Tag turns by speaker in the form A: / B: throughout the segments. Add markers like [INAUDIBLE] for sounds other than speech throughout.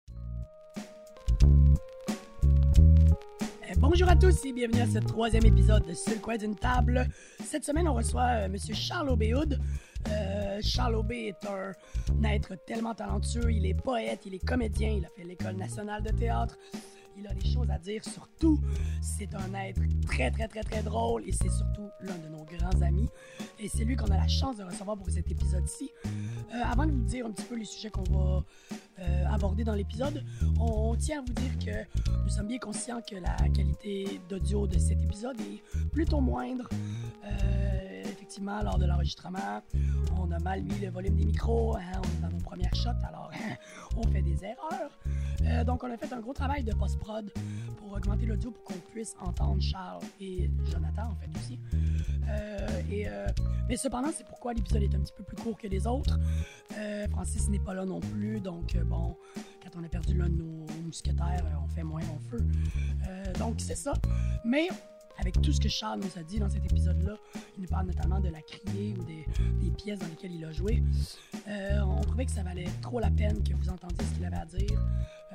A: Euh, Bonjour à tous et bienvenue à ce troisième épisode de Sur le coin d'une table. Cette semaine, on reçoit M. Monsieur Charles Aubéhoud. Euh, Charles Aubé est un, un être tellement talentueux. Il est poète, il est comédien, il a fait l'École nationale de théâtre. Il a des choses à dire sur tout. C'est un être très, très, très, très drôle et c'est surtout l'un de nos grands amis. Et c'est lui qu'on a la chance de recevoir pour cet épisode-ci. Euh, avant de vous dire un petit peu les sujets qu'on va euh, aborder dans l'épisode, on, on, tient à vous dire que nous sommes bien conscients que la qualité d'audio de cet épisode est plutôt moindre. Euh, effectivement, lors de l'enregistrement, on a mal mis le volume des micros, hein, on est dans nos premières shots, alors [LAUGHS] on fait des erreurs. Euh, donc, on a fait un gros travail de post-prod pour augmenter l'audio pour qu'on puisse entendre Charles et Jonathan, en fait, aussi. Euh, et, euh, mais cependant, c'est pourquoi l'épisode est un petit peu plus court que les autres. Euh, Francis n'est pas là non plus, donc euh, bon, quand on a perdu l'un de nos mousquetaires, euh, on fait moins long feu. Euh, donc, c'est ça. Mais avec tout ce que Charles nous a dit dans cet épisode-là. Il nous parle notamment de la criée ou des, des pièces dans lesquelles il a joué. Euh, on trouvait que ça valait trop la peine que vous entendiez ce qu'il avait à dire.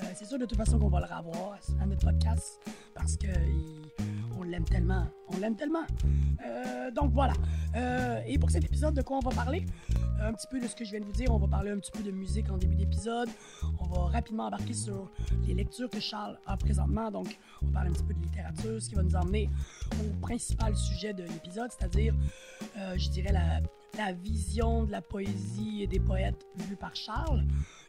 A: Euh, c'est sûr de toute façon qu'on va le revoir à notre podcast parce que il, on l'aime tellement, on l'aime tellement. Euh, donc voilà. Euh, et pour cet épisode, de quoi on va parler Un petit peu de ce que je viens de vous dire. On va parler un petit peu de musique en début d'épisode. On va rapidement embarquer sur les lectures que Charles a présentement. Donc on parle un petit peu de littérature, ce qui va nous emmener au principal sujet de l'épisode, c'est-à-dire, euh, je dirais, la, la, vision de la poésie et des poètes vue par Charles.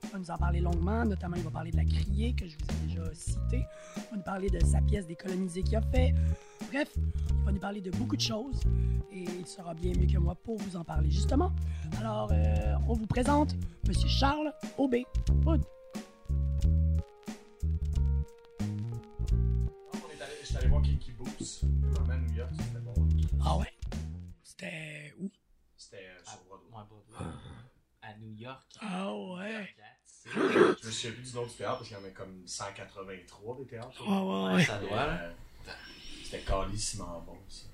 A: Il va nous en parler longuement, notamment il va parler de la criée que je vous ai déjà citée. Il va nous parler de sa pièce des colonisés qu'il a fait. Bref, il va nous parler de beaucoup de choses et il sera bien mieux que moi pour vous en parler justement. Alors, euh, on vous présente Monsieur Charles Aubé. Wood.
B: allé voir Kinky Boots, le moment à New York, c'était bon.
A: Ah ouais? C'était où?
B: C'était euh, sur Broadway.
C: À, Broadway. à New York.
A: Ah ouais?
B: Je me souviens plus du nom du théâtre parce qu'il y en a comme 183 des théâtres.
A: Ah ouais, ouais.
C: Ça doit. hein?
B: Euh, c'était calissement bon, ça.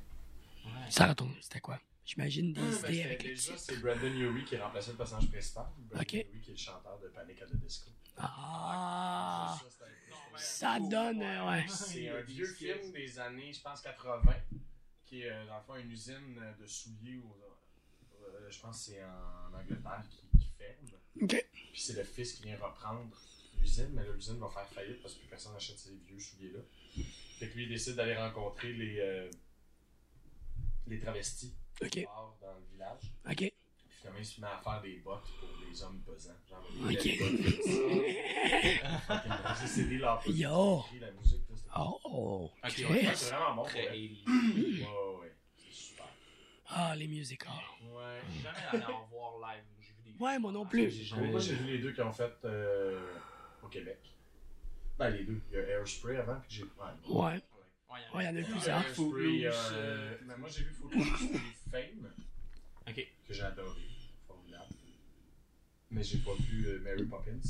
C: Ouais.
A: Ça retourne, c'était quoi? bah, J'imagine des
B: Ben,
A: idées
B: c'était
A: avec les
B: déjà,
A: titres.
B: c'est Brandon Urie qui remplaçait le personnage principal. Brandon
A: Ok.
B: Urie qui est le chanteur de Panic at the Disco.
A: Ah!
B: Ça, c'était le plus-
A: Ça donne, euh, ouais.
D: Ah,
B: C'est un vieux film des années, je pense, 80, qui est euh, dans le fond une usine euh, de souliers, au- euh, je pense que c'est en Angleterre, qui, qui ferme.
A: Ok.
B: Puis c'est le fils qui vient reprendre l'usine, mais là, l'usine va faire faillite parce que plus personne n'achète ces vieux souliers-là. Fait que lui, il décide d'aller rencontrer les, euh, les travestis
A: Ok.
B: hors dans le village.
A: Ok.
B: Puis finalement, il se met à faire des bottes pour les hommes pesants. Genre,
A: Ok.
B: des bottes
A: [LAUGHS]
B: comme ça. Fait que, euh, C'est des lapins.
A: Yo.
B: La musique, là, c'est-
A: Oh!
C: Ok,
A: Chris.
C: ouais,
B: Ouais, c'est vraiment bon. pour
C: Très
B: vrai.
C: 80s.
B: Ouais, ouais, ouais. C'est super.
A: Ah, les musicals.
B: Ouais.
C: J'ai jamais allé en voir live. J'ai vu des
A: Ouais, moi non plus.
C: J'ai
B: Moi,
C: jamais-
B: j'ai vu les deux qui ont fait euh, au Québec. Ben, les deux. Il y a Airspray avant, puis j'ai. Ouais.
A: Ouais. Ouais, il y en a
C: eu
B: Il y a
A: plusieurs.
B: Airspray,
C: Footloose,
B: euh,
C: euh,
B: mais moi, j'ai vu Footloose et Fame,
C: Ok.
B: que j'ai adoré. Formidable. Mais j'ai pas vu euh, Mary Poppins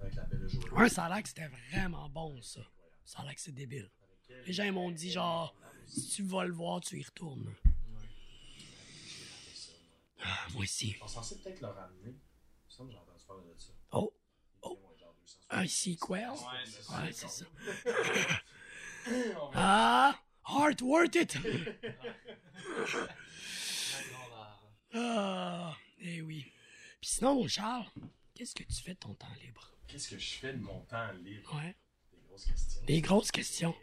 B: avec la belle joueuse.
A: Ouais, ça a l'air que c'était vraiment bon, ça. Ça a l'air que c'est débile. Les gens ils m'ont dit, genre, si tu vas le voir, tu y retournes. Ah, moi aussi.
B: On est censé peut-être le ramener. Il me semble que j'ai entendu parler de ça.
A: Oh,
B: Il
A: Oh.
B: est genre 260.
A: un sequel?
C: Ouais, c'est ça.
A: Ouais, c'est ça.
B: On va-
A: Ah! Heart worth it! Ah! Eh oui. Puis sinon, mon Charles, qu'est-ce que tu fais de ton temps libre?
B: Qu'est-ce que je fais de mon temps libre?
A: Ouais.
B: Des grosses questions.
A: Des grosses questions.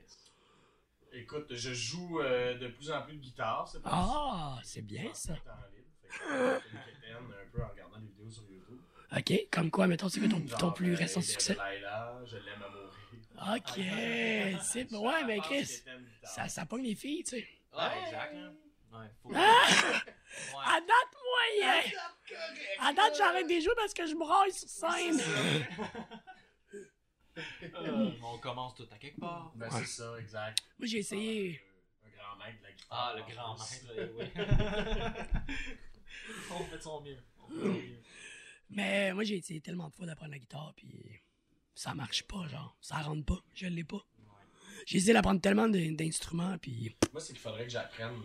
B: Écoute, je joue euh, de plus en plus de guitare, c'est pas
A: Ah, c'est bien ça.
B: Temps libre, fait que je fais une quétaine un peu en regardant des vidéos sur YouTube.
A: Ok, comme quoi, mettons, c'est quoi ton, ton
B: Genre,
A: plus
B: euh,
A: récent
B: Lady
A: succès?
B: Delilah, je l'aime à mourir.
A: Ok, c'est
B: [LAUGHS] Je
A: ouais, mais
B: pense
A: Chris,
B: que t'aimes guitare.
A: ça, ça pogne les filles, tu sais.
C: Ouais, exact. hein. Ouais, faut.
A: À
C: Ouais.
A: date, moyen! À date, j'arrête des jeux parce que je braille sur scène.
C: Euh, on commence tout à quelque part.
B: Ben,
A: Ouais.
B: c'est ça, exact.
A: Moi, j'ai essayé.
B: Euh, Le grand maître de la guitare.
C: Ah, le grand
B: en plus.
C: maître, eh [LAUGHS] oui. on fait de son mieux. On fait de son mieux.
A: Mais moi, j'ai essayé tellement de fois d'apprendre la guitare, puis ça marche pas, genre. Ça rentre pas. Je l'ai pas. J'ai essayé d'apprendre tellement de- d'instruments, puis.
B: Moi, c'est qu'il faudrait que j'apprenne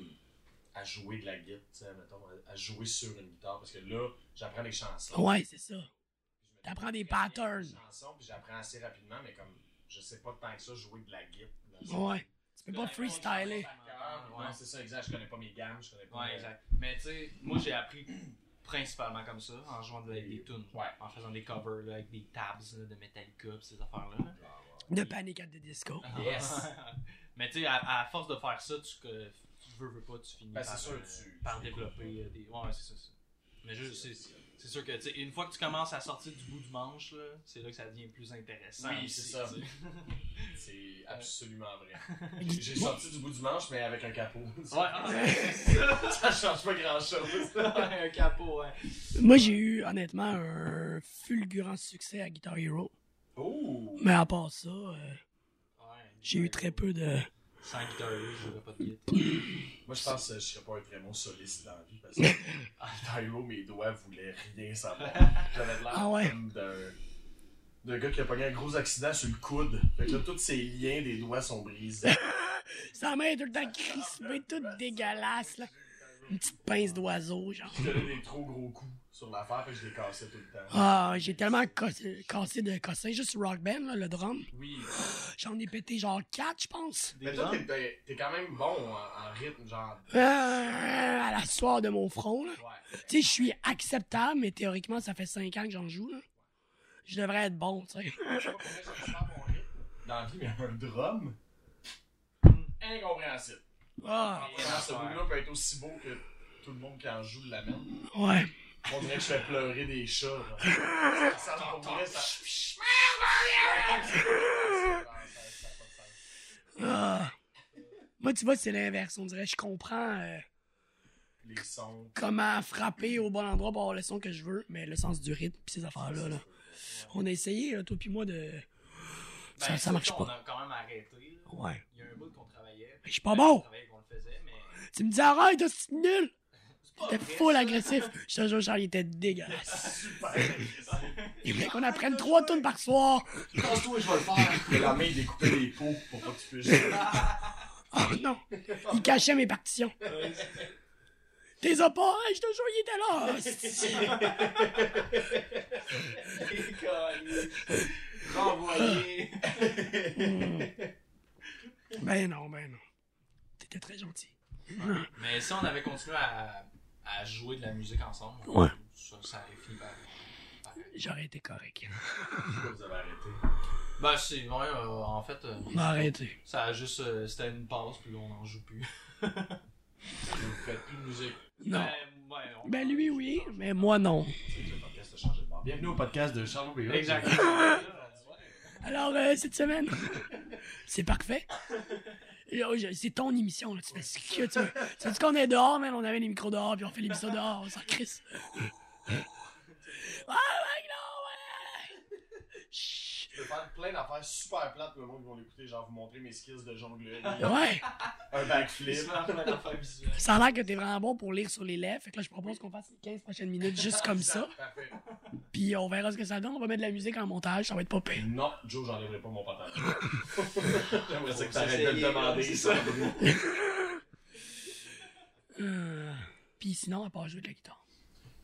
B: à jouer de la guitare, tu sais, mettons, à- à jouer sur une guitare, parce que là, j'apprends les chansons.
A: Ouais, c'est ça.
B: Je me
A: T'apprends des
B: dis, j'apprends
A: patterns.
B: des chansons, puis j'apprends assez rapidement, mais comme je sais pas tant que ça jouer de la guitare. dans le sens-
A: Ouais. Tu peux pas freestyler.
B: Ah, ouais, c'est ça, exact. Je connais pas mes gammes, je connais pas.
D: Ouais,
B: mes-
D: exact. Mais tu sais, moi j'ai appris [CLEARS THROAT] principalement comme ça, en jouant de- avec des tunes.
B: Ouais.
D: En faisant des covers là, avec des tabs là, de Metallica pis ces affaires-là.
B: Ah, ouais.
A: De panique à des disco.
B: [LAUGHS] Yes.
D: [LAUGHS] Mais tu sais, à, à force de faire ça, tu, que- tu veux, veux pas, tu finis
B: Ben, c'est
D: par,
B: sûr,
D: euh,
B: tu-
D: par
B: tu
D: développer euh, des. Ouais, c'est ça. c'est- Mais je- c'est c'est sûr que, tu sais, une fois que tu commences à sortir du bout du manche, là, c'est là que ça devient plus intéressant.
B: Oui,
D: aussi,
B: c'est ça.
D: tu sais.
B: C'est absolument
D: [LAUGHS]
B: vrai. J'ai j'ai sorti du bout du manche, mais avec un capot.
D: Ouais, ouais, c'est
B: [LAUGHS]
D: ça.
B: ça change pas grand chose.
D: [LAUGHS] Ouais, un capot, ouais.
A: Moi, j'ai eu honnêtement un fulgurant succès à Guitar Hero.
B: Oh!
A: Mais à part ça, euh,
D: Ouais.
A: j'ai eu très peu de.
D: Sans guitare, j'aurais pas de guitare.
B: Moi, je pense que je serais pas un très bon soliste dans la vie
A: [LAUGHS]
B: parce que en Hero, mes doigts voulaient rien savoir. J'avais l'air
A: Ah ouais.
B: comme d'un. d'un gars qui a pogné un gros accident sur le coude. Fait que là, tous ses liens des doigts sont brisés.
A: Sa main est tout le temps crispée, toute dégueulasse, là. Une petite pince d'oiseau, genre.
B: Je donnais des trop gros coups sur l'affaire, fait que je les cassais tout le temps.
A: Ah, j'ai tellement cassé, cassé de cossin, juste sur Rock Band, là, le drum.
D: Oui.
A: J'en ai pété genre 4, je pense.
D: Des
B: Mais toi,
D: gens-
B: t'es- t'es t'es quand même bon en, en rythme, genre.
A: Euh, à la soirée de mon front, là.
B: Ouais.
A: Tu sais, je suis acceptable, mais théoriquement, ça fait 5 ans que j'en joue, là. Je devrais être bon, tu sais.
B: Je sais pas pourquoi j'ai pas bon rythme dans la vie, mais un drum. Incompréhensible.
A: Ah,
B: Vraiment, ce bout-là peut être aussi beau que tout le monde qui en joue l'amène.
A: ouais.
B: On dirait que je fais pleurer des chats. là. [LAUGHS] Ça, ça, pour vrai, ça-
A: Ah. Moi, tu vois, c'est l'inverse. On dirait, je comprends euh,
B: [LAUGHS] Les [LAUGHS] sons.
A: comment frapper au bon endroit pour avoir le son que je veux, mais le sens du rythme pis ces affaires-là, là. On a essayé, là, toi pis moi, de...
D: Ben,
A: ça, ça marche
D: surtout,
A: pas.
D: On a quand même arrêté. là.
A: Ouais.
D: Il y a un bout qu'on travaillait.
A: Je suis pas
D: On
A: bon!
D: travaillait qu'on le faisait, mais. [LAUGHS]
A: Tu me dis arrête, c'est nul!
D: C'est pas
A: T'es
D: vrai,
A: full
D: ça.
A: agressif! Je te jure, Charles, il était dégueulasse.
B: Super.
A: Il voulait qu'on apprenne trois tonnes par soir!
B: Pense-toi, je vais le faire. Et la main, il découpait les peaux pour pas que tu puisses jouer.
A: Oh non! Il cachait mes partitions. T'es as pas, hein? je te jure, il était là!
D: [LAUGHS]
A: hostie.
D: Renvoyé.
A: Ben non, ben non. T'étais très gentil.
D: Mais si on avait continué à, à jouer de la musique ensemble,
A: Ouais.
D: ça, ça aurait fini par. par-
A: J'aurais été correct.
B: Pourquoi vous avez arrêté?
D: Ben, c'est. Ouais, euh, en fait, euh,
A: On a arrêté.
D: ça a juste. euh, C'était une pause, puis là, on n'en joue plus. [LAUGHS]
B: Vous faites plus de musique.
A: Non.
D: Ben, ouais, on-
A: Ben lui, oui, mais moi, non.
B: C'est que le podcast a changé de bord. Bienvenue au podcast de Charles
A: [LAUGHS]
B: Béot.
D: Exactement.
A: Alors, euh, cette semaine, [LAUGHS] c'est parfait. Là, je- C'est ton émission, là. Tu fais ce que tu veux. Tu sais qu'on est dehors, man. On avait les micros dehors, puis on fait l'émission dehors. On s'en crisse. Ah, mec, non, ouais. Chut.
B: Je peux faire plein d'affaires super plates pour le monde qui vont l'écouter. Genre, vous montrer mes skills de jonglerie.
A: Ouais.
B: Un
D: C'est
B: backflip.
D: vraiment une affaire visuelle.
A: Ça a l'air que t'es vraiment bon pour lire sur les lèvres. Fait que là, je propose qu'on fasse les 15 prochaines minutes juste comme ça.
B: Parfait.
A: Puis on verra ce que ça donne. On va mettre de la musique en montage. Ça va être pas pire.
B: Non, Joe, j'enlèverai pas mon [LAUGHS] pantalon. J'aimerais ça que
D: Faut
B: t'arrêtes de me
D: s'essayer,
B: demander
D: c'est
B: ça.
D: ça.
A: Euh, Puis sinon, à part jouer de la guitare.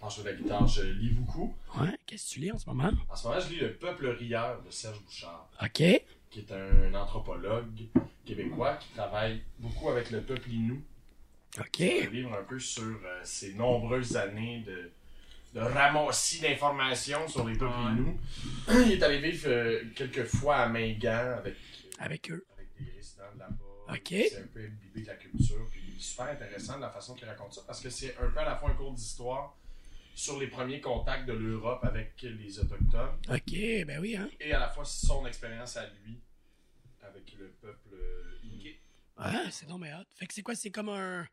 B: Quand je joue de la guitare, je lis beaucoup.
A: Ouais. Qu'est-ce que tu lis en ce moment?
B: En ce moment, je lis Le Peuple rieur de Serge Bouchard,
A: OK.
B: qui est un anthropologue québécois qui travaille beaucoup avec le peuple inou.
A: OK.
B: Un livre un peu sur euh, ces nombreuses années de, de ramassis d'informations sur les peuples
D: Ouais.
B: inou. [CLEARS THROAT] Il est allé vivre euh, quelques fois à Mingan avec
A: Avec eux.
B: avec des résidents de là-bas.
A: Ok.
B: C'est un peu imbibé de la culture. Puis il est super intéressant de la façon qu'il raconte ça parce que c'est un peu à la fois un cours d'histoire sur les premiers contacts de l'Europe avec les Autochtones
A: OK. Ben oui, hein.
B: et à la fois son expérience à lui avec le peuple euh, Innu.
A: Ah, c'est non mais hot. Fait que c'est quoi? C'est comme un.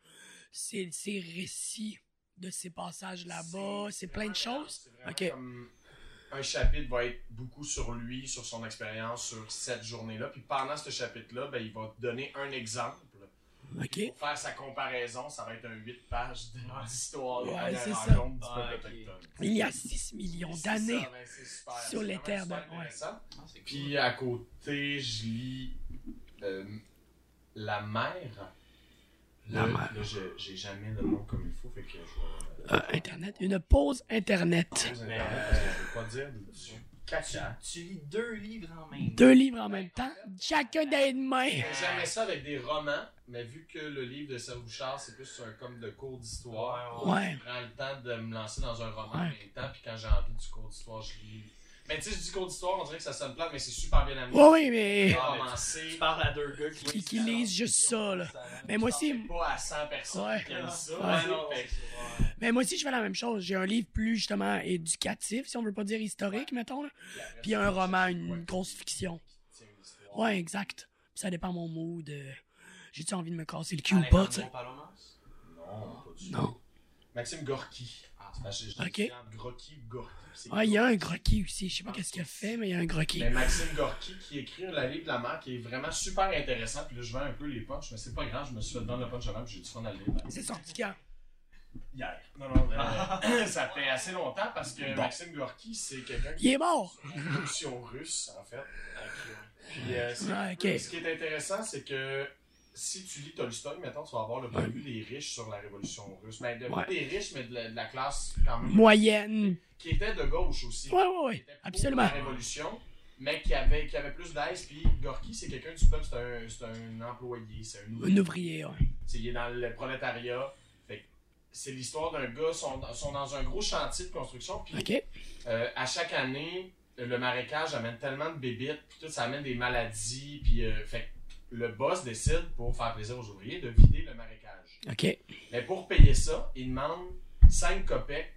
A: C'est ces récits de ces passages là-bas. C'est plein de
B: vraiment-
A: choses.
B: c'est vraiment
A: Ok.
B: comme un chapitre va être beaucoup sur lui, sur son expérience, sur cette journée-là. Puis pendant ce chapitre-là, ben, il va te donner un exemple.
A: OK.
B: Pour faire sa comparaison, ça va être un 8 pages de- [LAUGHS] d'histoire
A: Ouais,
B: à la
A: c'est ça.
B: rencontre du
D: Ah,
B: peuple
D: ok.
B: autochtone.
A: Il y a 6 millions d'années.
B: C'est ça, ben, c'est super.
A: sur
B: C'est
A: les
B: vraiment
A: terres
B: super
A: de- ouais.
B: intéressant.
D: Ah, c'est cool.
B: Puis à côté, je lis euh, La mère.
A: La
B: Là,
A: Mère.
B: là, je- j'ai jamais le nom comme il faut, fait que je vais.
A: Euh, Internet. Une pause Internet.
B: Pause Internet, parce que je veux pas dire du
D: Tu, tu lis deux livres en même temps.
A: Deux livres en même temps, chacun d'une main.
B: J'aimais ça avec des romans, mais vu que le livre de Serge Bouchard, c'est plus un comme de cours d'histoire,
C: Ouais,
A: Ouais.
B: je prends le temps de me lancer dans un roman en
A: Ouais.
B: même temps, puis quand j'ai envie du cours d'histoire, je lis. Mais tu sais, je dis cours d'histoire, on dirait que ça sonne plate, mais c'est super bien amené.
A: Ouais, oui, mais.
B: Bien
C: Ah, mais
B: romancé,
C: Tu parles à deux gars qui,
A: Qui, qui
C: ça.
A: lisent juste ça, là. Mais moi aussi,
B: pas à 100 personnes
A: Ouais.
B: qui aiment ça.
C: Ouais,
B: tu sais,
C: non,
B: fait
C: ouais,
B: que-
C: c'est- ouais.
A: mais moi aussi, je fais la même chose. J'ai un livre plus, justement, éducatif, si on veut pas dire historique, mettons, là. Puis un roman, une grosse fiction.
B: C'est une histoire.
A: Ouais, exact. Puis ça dépend mon mood. euh, J'ai-tu envie de me casser le cul ou pas,
D: Alejandro
A: tu sais?
D: Palomas?
B: Non, pas du tout.
A: Non.
B: Maxime Gorky.
D: Ah,
B: Ah, j'ai- j'ai
A: Ok.
B: dit entre Gorky ou Gorky. c'est
A: Ouais, il y a un croquis aussi. Je sais pas qu'est-ce qu'il a fait, mais il y a un croquis.
B: Mais Maxime Gorky qui écrit La Ligue de la Mer qui est vraiment super intéressant. Puis là, je vends un peu les punchs, mais c'est pas grave. Je me suis fait vendre le punch avant puis j'ai du fun à le lire. ben,
A: C'est sorti quand?
B: Hier. Non, non,
A: [LAUGHS]
B: euh, ça fait assez longtemps parce que Maxime Gorky, c'est quelqu'un
A: Il
B: qui
A: est mort!
B: une production russe, en fait. Puis euh, c'est-
A: Ah, ok.
B: ce qui est intéressant, c'est que si tu lis Tolstoy, maintenant, tu vas avoir le point de vue des riches sur la Révolution russe. Mais de
A: Ouais.
B: des riches, mais de la, de la classe quand même.
A: Moyenne.
B: Qui était de gauche aussi.
A: Ouais, ouais,
B: qui
A: ouais.
B: était pour
A: Absolument.
B: La révolution, mais qui avait, qui avait plus d'aise. Puis Gorky, c'est quelqu'un du peuple, c'est un, c'est un employé, c'est un
A: Un
B: ouvrier.
A: ouvrier, ouais.
B: C'est- Il est dans le prolétariat. Fait que c'est l'histoire d'un gars, sont, dans- sont dans un gros chantier de construction. Puis
A: Ok?
B: euh, à chaque année, le marécage amène tellement de bébites, puis tout ça amène des maladies. Puis euh, fait que le boss décide, pour faire plaisir aux ouvriers, de vider le marécage.
A: Ok.
B: Mais pour payer ça, il demande 5 copecs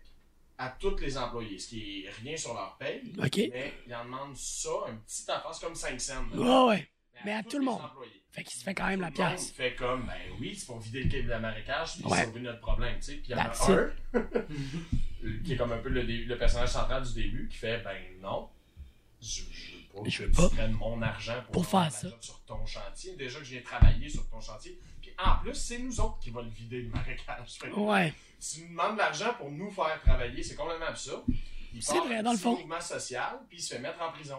B: à tous les employés, ce qui est rien sur leur paye.
A: Ok.
B: Mais il en demande ça, un petit enfant, c'est comme 5 cents. là.
A: Ouais, ouais. Mais à
B: tous
A: tout le
B: les
A: monde.
B: employés.
A: Fait qu'il se fait quand même la
B: Tout le monde
A: pièce.
B: fait comme, ben oui, c'est pour vider le câble de la marécage, puis
A: Ouais.
B: sauver notre problème, tu sais. Puis il y en a
A: That's
B: un, [LAUGHS] qui est comme un peu le, dé- le personnage central du début, qui fait, ben non, je, je veux pas
A: Je veux
B: que
A: pas.
B: tu prennes mon argent pour,
A: Pour faire
B: avoir de
A: ça.
B: l'argent sur ton chantier. Déjà que je viens travailler sur ton chantier. Puis en plus, c'est nous autres qui va le vider, le marécage. Fait que
A: Ouais.
B: tu nous demandes de l'argent pour nous faire travailler, c'est complètement absurde. Il
A: C'est
B: part
A: vrai,
B: un
A: dans le
B: petit
A: fond.
B: mouvement social, puis il se fait mettre en prison.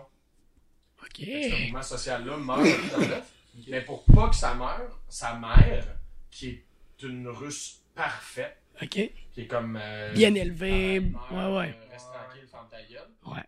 A: Ok.
B: Fait que Ce mouvement social-là meurt en 1989. Mais pour pas que ça meure, sa mère, qui est une russe parfaite,
A: Ok.
B: qui est comme. euh,
A: Bien élevé. Ouais,
B: parrain, mère,
A: ouais.
B: euh, Reste tranquille, ferme ta gueule.
A: Ouais.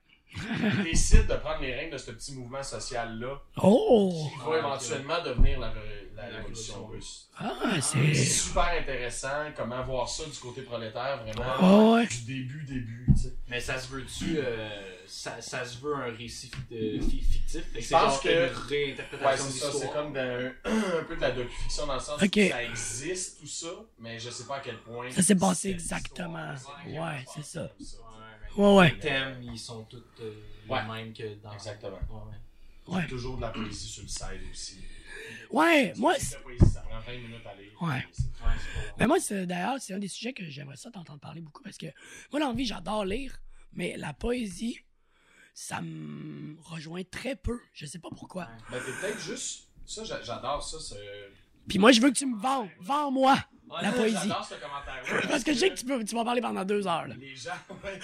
B: Décide de prendre les règles de ce petit mouvement social-là,
A: Oh!
B: qui va éventuellement devenir la, Ah, la
C: La révolution
B: révolution russe.
A: Ah,
B: C'est
A: c'est.
B: super intéressant, comment voir ça du côté prolétaire, vraiment.
A: Ah, Ouais, ouais.
B: Du début, début, tu sais.
D: Mais ça se veut-tu, euh, ça, ça se veut un récit fi- de- fi- fictif? Fait que
B: Je
D: c'est
B: pense
D: genre
B: que-
D: une
B: Ouais,
D: réinterprétation
B: c'est
D: de
B: ça, c'est
D: l'histoire.
B: comme d'un- un peu de [CLEARS THROAT] la docufiction dans le sens
A: Ok.
B: que ça existe, tout ça, mais je sais pas à quel point.
A: Ça s'est passé
B: c'est
A: exactement.
B: l'histoire.
A: Ouais,
B: vraiment
A: c'est ça.
B: comme
D: Ouais,
A: Ouais,
D: mais
A: ouais.
D: Les thèmes, ils sont tous euh,
B: Ouais.
D: les mêmes que dans...
B: Exactement.
D: Ouais, ouais.
A: Ouais.
B: Toujours de la poésie sur le side aussi.
A: Ouais, moi.
B: Parce que
A: c'est-
B: La poésie, ça prend 20 minutes à lire.
A: Ouais.
B: C'est-
D: Ouais, c'est pas
A: Mais moi, c'est- d'ailleurs, c'est un des sujets que j'aimerais ça t'entendre parler beaucoup parce que moi, l'envie, j'adore lire, mais la poésie, ça me rejoint très peu. Je sais pas pourquoi.
B: Ben, t'es peut-être juste. Ça, j'a- j'adore ça. ce-
A: Puis moi, je veux que tu me vends. Vends-moi la poésie.
B: J'adore ce commentaire.
A: Parce que je sais que tu, peux, tu vas parler pendant deux heures. Là.
B: Les gens, ouais,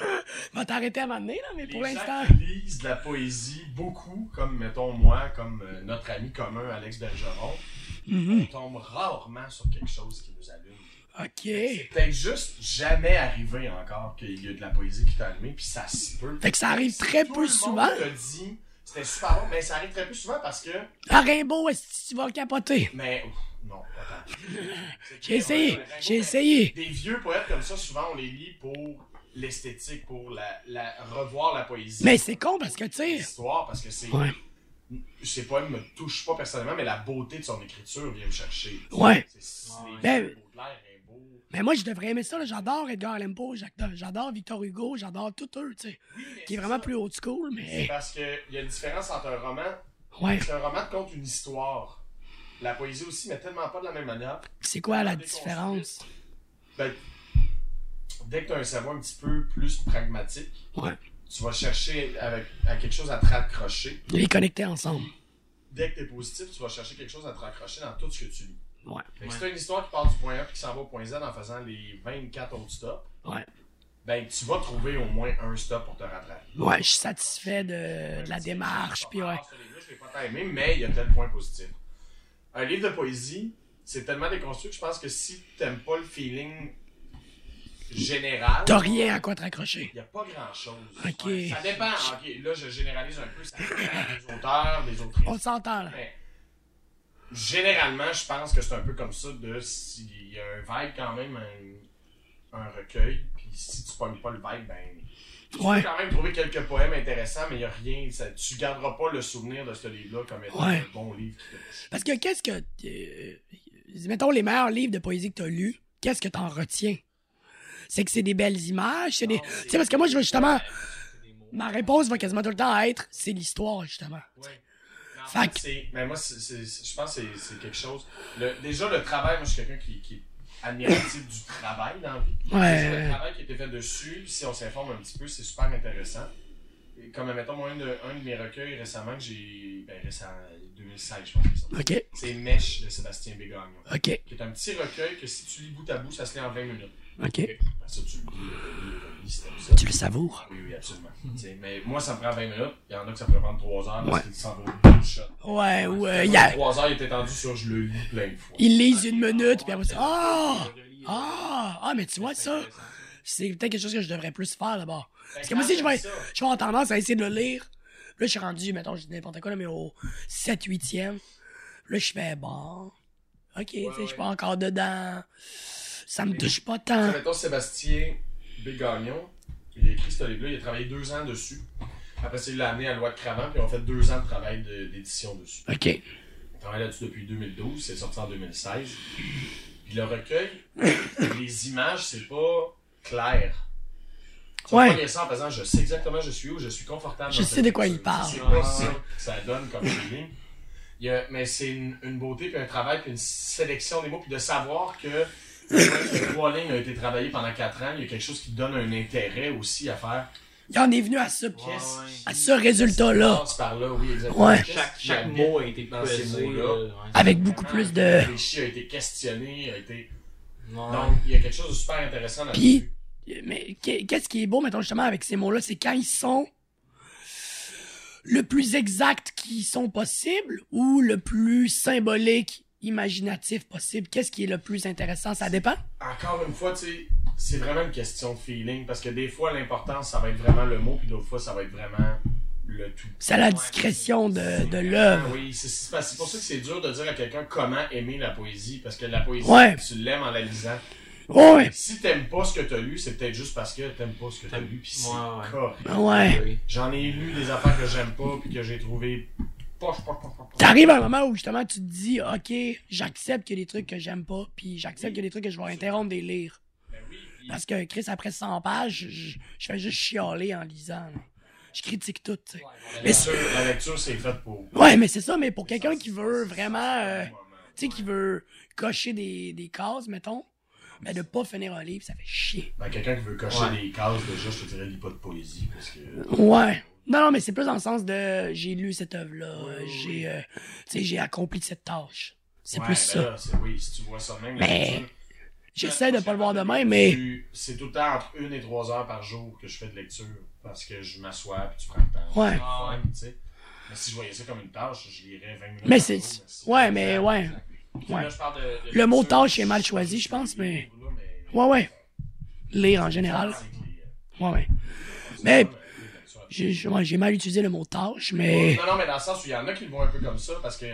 A: Va t'arrêter à un moment donné, là, mais
B: les
A: pour
B: gens
A: l'instant.
B: qui lisent de la poésie beaucoup, comme mettons moi, comme euh, notre ami commun Alex Bergeron,
A: Mhm.
B: on tombe rarement sur quelque chose qui nous allume.
A: Ok.
B: C'est peut-être juste jamais arrivé encore qu'il y ait de la poésie qui t'a allumé, puis ça se peut.
A: Fait que ça arrive très
B: Tout
A: peu
B: le
A: souvent.
B: Monde te dit, c'était super bon, mais ça arrive très peu souvent parce que.
A: À Rimbaud, est-ce que tu vas capoter?
B: Mais. ouf, non, pas tant. C'est
A: [LAUGHS] J'ai
B: que-
A: essayé,
B: ouais,
A: j'ai essayé.
B: Des vieux poètes comme ça, souvent, on les lit pour l'esthétique, pour la, la- revoir la poésie.
A: Mais c'est con parce que, tu sais-
B: L'histoire, parce que c'est.
A: Ouais.
B: Ces poèmes me touchent pas personnellement, mais la beauté de son écriture vient me chercher.
A: Ouais.
B: C'est- c'est les
A: Ben-
B: vieux Baudelaire, Rimbaud.
A: Mais moi, je devrais aimer ça. là. J'adore Edgar Allan Poe, j'adore- j'adore Victor Hugo, j'adore tout eux, tu sais. Qui est vraiment plus old school,
B: C'est
A: mais.
B: parce qu'il y a une différence entre un roman.
A: Ouais.
B: C'est un roman qui compte une histoire. La poésie aussi, mais tellement pas de la même manière.
A: C'est quoi la différence?
B: Ben, dès que tu as un cerveau un petit peu plus pragmatique,
A: Ouais.
B: tu vas chercher avec, à quelque chose à te raccrocher.
A: Les connecter ensemble.
B: Dès que tu es positif, tu vas chercher quelque chose à te raccrocher dans tout ce que tu lis.
A: Ouais.
B: Fait que si
D: Ouais.
B: tu une histoire qui part du point A puis qui s'en va au point Z en faisant les 24 autres stops,
A: Ouais.
B: ben, tu vas trouver au moins un stop pour te rattraper. Ah,
A: Ouais, je suis satisfait de, de la démarche, puis ouais.
B: Je l'ai pas tant aimé, mais il y a tel point positif. Un livre de poésie, c'est tellement déconstruit que je pense que si t'aimes pas le feeling générale,
A: T'as rien à quoi te raccrocher.
B: il n'y a pas grand-chose.
A: Ok.
B: Ouais, Ça dépend. OK, là, je généralise un peu. Ça dépend des auteurs, des autrices.
A: On s'entend, là.
B: Mais généralement, je pense que c'est un peu comme ça de s'il y a un vibe quand même, un, un recueil, puis si tu pognes pas le vibe, ben. Tu
A: Ouais.
B: peux quand même trouver quelques poèmes intéressants, mais il n'y a rien. Ça, tu garderas pas le souvenir de ce livre-là comme étant
A: Ouais.
B: un bon livre. qui te touche.
A: Parce que qu'est-ce que. euh, mettons les meilleurs livres de poésie que t'as lus, qu'est-ce que t'en retiens? C'est que c'est des belles images, c'est des. Tu sais, parce que moi, je veux justement. Ma réponse va quasiment tout le temps être c'est l'histoire, justement.
B: Ouais. Mais en
A: Fait
B: fait,
A: que-
B: Ah, c'est- Mais moi, c'est- c'est- c'est- je pense que c'est- c'est quelque chose. Le- déjà, le travail, moi, je suis quelqu'un qui, qui est admiratif du travail dans la vie.
A: Ouais,
B: Le
A: ouais.
B: travail qui a été fait dessus, si on s'informe un petit peu, c'est super intéressant. Et Comme, mettons, moi, un de, un de mes recueils récemment que j'ai. Ben, récent, 2016, je pense. que c'est ça.
A: OK,
B: C'est Mèche de Sébastien Bégagnon.
A: OK,
B: Qui est un petit recueil que si tu lis bout à bout, ça se lit en 20 minutes.
A: OK.
B: Ben, ça, tu le lis, le lis, le lis, c'est comme ça.
A: Tu le savoures.
B: Oui, oui, absolument. T'sais, mais moi, ça me prend 20 minutes. Il y en a que ça peut prendre 3 heures
A: Ouais.
B: parce qu'ils s'en vont au shot.
A: Ouais, ou euh, il,
B: Il
A: y a-
B: 3 heures, il était tendu sur je le lis plein de fois.
A: il lise une minute, puis après ça. Ah! Ah! Ah, mais tu vois ça? C'est peut-être quelque chose que je devrais plus faire d'abord.
B: Ben,
A: Parce que moi aussi, je vais, je vais avoir tendance à essayer de le lire. Là, je suis rendu, mettons, je dis n'importe quoi, là, mais au 7-8e. Là, je fais, bon, ok, tu sais, je suis
B: ouais.
A: pas encore dedans. Ça me
B: Mais-
A: touche pas
B: Tu sais,
A: tant.
B: mettons Sébastien Bégagnon, il a écrit ce livre-là, il a travaillé deux ans dessus. Après ça, il l'a amené à Loi de Cravant, puis on fait deux ans de travail de- d'édition dessus.
A: Ok,
B: On travaille là-dessus depuis 2012, c'est sorti en 2016. Puis le recueil, les images, c'est pas clair. Tu
A: Ouais.
B: vas pas lire ça en faisant je sais exactement je suis où, je suis confortable.
A: Je
B: dans
A: sais
B: cette
A: de quoi il
B: texture.
A: parle.
B: C'est pas ça que ça donne comme feeling. Il y a- mais c'est une, une beauté, puis un travail, puis une sélection des mots, puis de savoir que les trois lignes ont été travaillées pendant quatre ans, il y a quelque chose qui donne un intérêt aussi à faire.
A: il en est venu à ce,
B: Qu'est-ce
D: Ouais.
A: à ce résultat-là,
B: Passe par là, oui, exactement.
A: Oh. Ouais.
B: Qu'est-ce
D: Chaque,
B: qui
D: chaque
B: habite
D: mot a été
B: dans ces
D: pesé,
B: mots-là.
D: euh, ouais, c'est-
A: avec beaucoup plus de.
B: réfléchi, a été questionné, a été.
D: Ouais.
B: Donc, il y a quelque chose de super intéressant
A: Puis-
B: là-dessus.
A: Mais qu'est- qu'est-ce qui est beau, mettons, justement, avec ces mots-là, c'est quand ils sont le plus exact qui sont possibles ou le plus symbolique, imaginatif possible. Qu'est-ce qui est le plus intéressant? Ça dépend.
B: Encore une fois, tu sais, c'est vraiment une question de feeling parce que des fois, l'important, ça va être vraiment le mot, puis d'autres fois, ça va être vraiment le tout.
A: C'est à la discrétion de, de
B: Ah
A: l'œuvre.
B: Oui, c'est- c'est parce- c'est pour ça que c'est dur de dire à quelqu'un comment aimer la poésie, parce que la poésie,
A: Ouais.
B: tu l'aimes en la lisant.
A: Ouais,
B: Si t'aimes pas ce que t'as lu, c'est peut-être juste parce que t'aimes pas ce que t'as
D: T'aimes-
B: lu, puis c'est
D: Ouais, ouais.
B: correct.
A: ouais.
D: Oui.
B: J'en ai lu des affaires que j'aime pas, puis que j'ai trouvé poche, poche, poche, poche, poche.
A: T'arrives à un moment où justement tu te dis, ok, j'accepte qu'il y a des trucs que j'aime pas, puis j'accepte qu'il y a des trucs que je vais interrompre de les lire.
B: Ben oui, puis-
A: Parce que Chris, après 100 pages, je, je fais juste chialer en lisant. là. Je critique tout, tu sais.
B: La
A: Mais c'est-
B: lecture, la lecture, c'est faite pour.
A: Ouais, mais c'est ça, mais pour quelqu'un qui veut vraiment, euh, tu sais, qui veut cocher des, des cases, mettons, mais de pas finir un livre, ça fait chier.
B: Ben, quelqu'un qui veut cocher
D: Ouais.
B: des cases, déjà, je te dirais, lis pas de poésie, parce que.
A: Ouais. Non, non, mais c'est plus dans le sens de j'ai lu cette œuvre-là, euh,
B: oui,
A: j'ai, euh, tu sais, j'ai accompli cette tâche. C'est
B: Ouais,
A: plus
B: ben
A: ça.
B: là, c'est- oui, si tu vois ça de même. la
A: Mais-
B: lecture-
A: J'essaie de pas le voir demain,
B: Tu-
A: mais
B: C'est tout le temps entre une et trois heures par jour que je fais de lecture, parce que je m'assois, puis tu prends le temps.
A: Ouais.
B: C'est le fun, tu sais. Mais si je voyais ça comme une tâche, je lirais 20 minutes.
A: Mais
B: par
A: c'est-
B: jour,
A: ouais, mais ouais.
B: Tu sais,
A: ouais.
B: là, je parle de- de
A: Le mot
B: lecture,
A: tâche est mal choisi, je pense, mais- Ouais, ouais. Lire en général.
B: C'est que les-
A: Ouais, ouais. Mais-
B: c'est pas, euh, les lectures.
A: J'ai j'ai- ouais, j'ai mal utilisé le mot tâche, mais
B: Non, non, mais dans le sens où il y en a qui le vont un peu comme ça, parce que.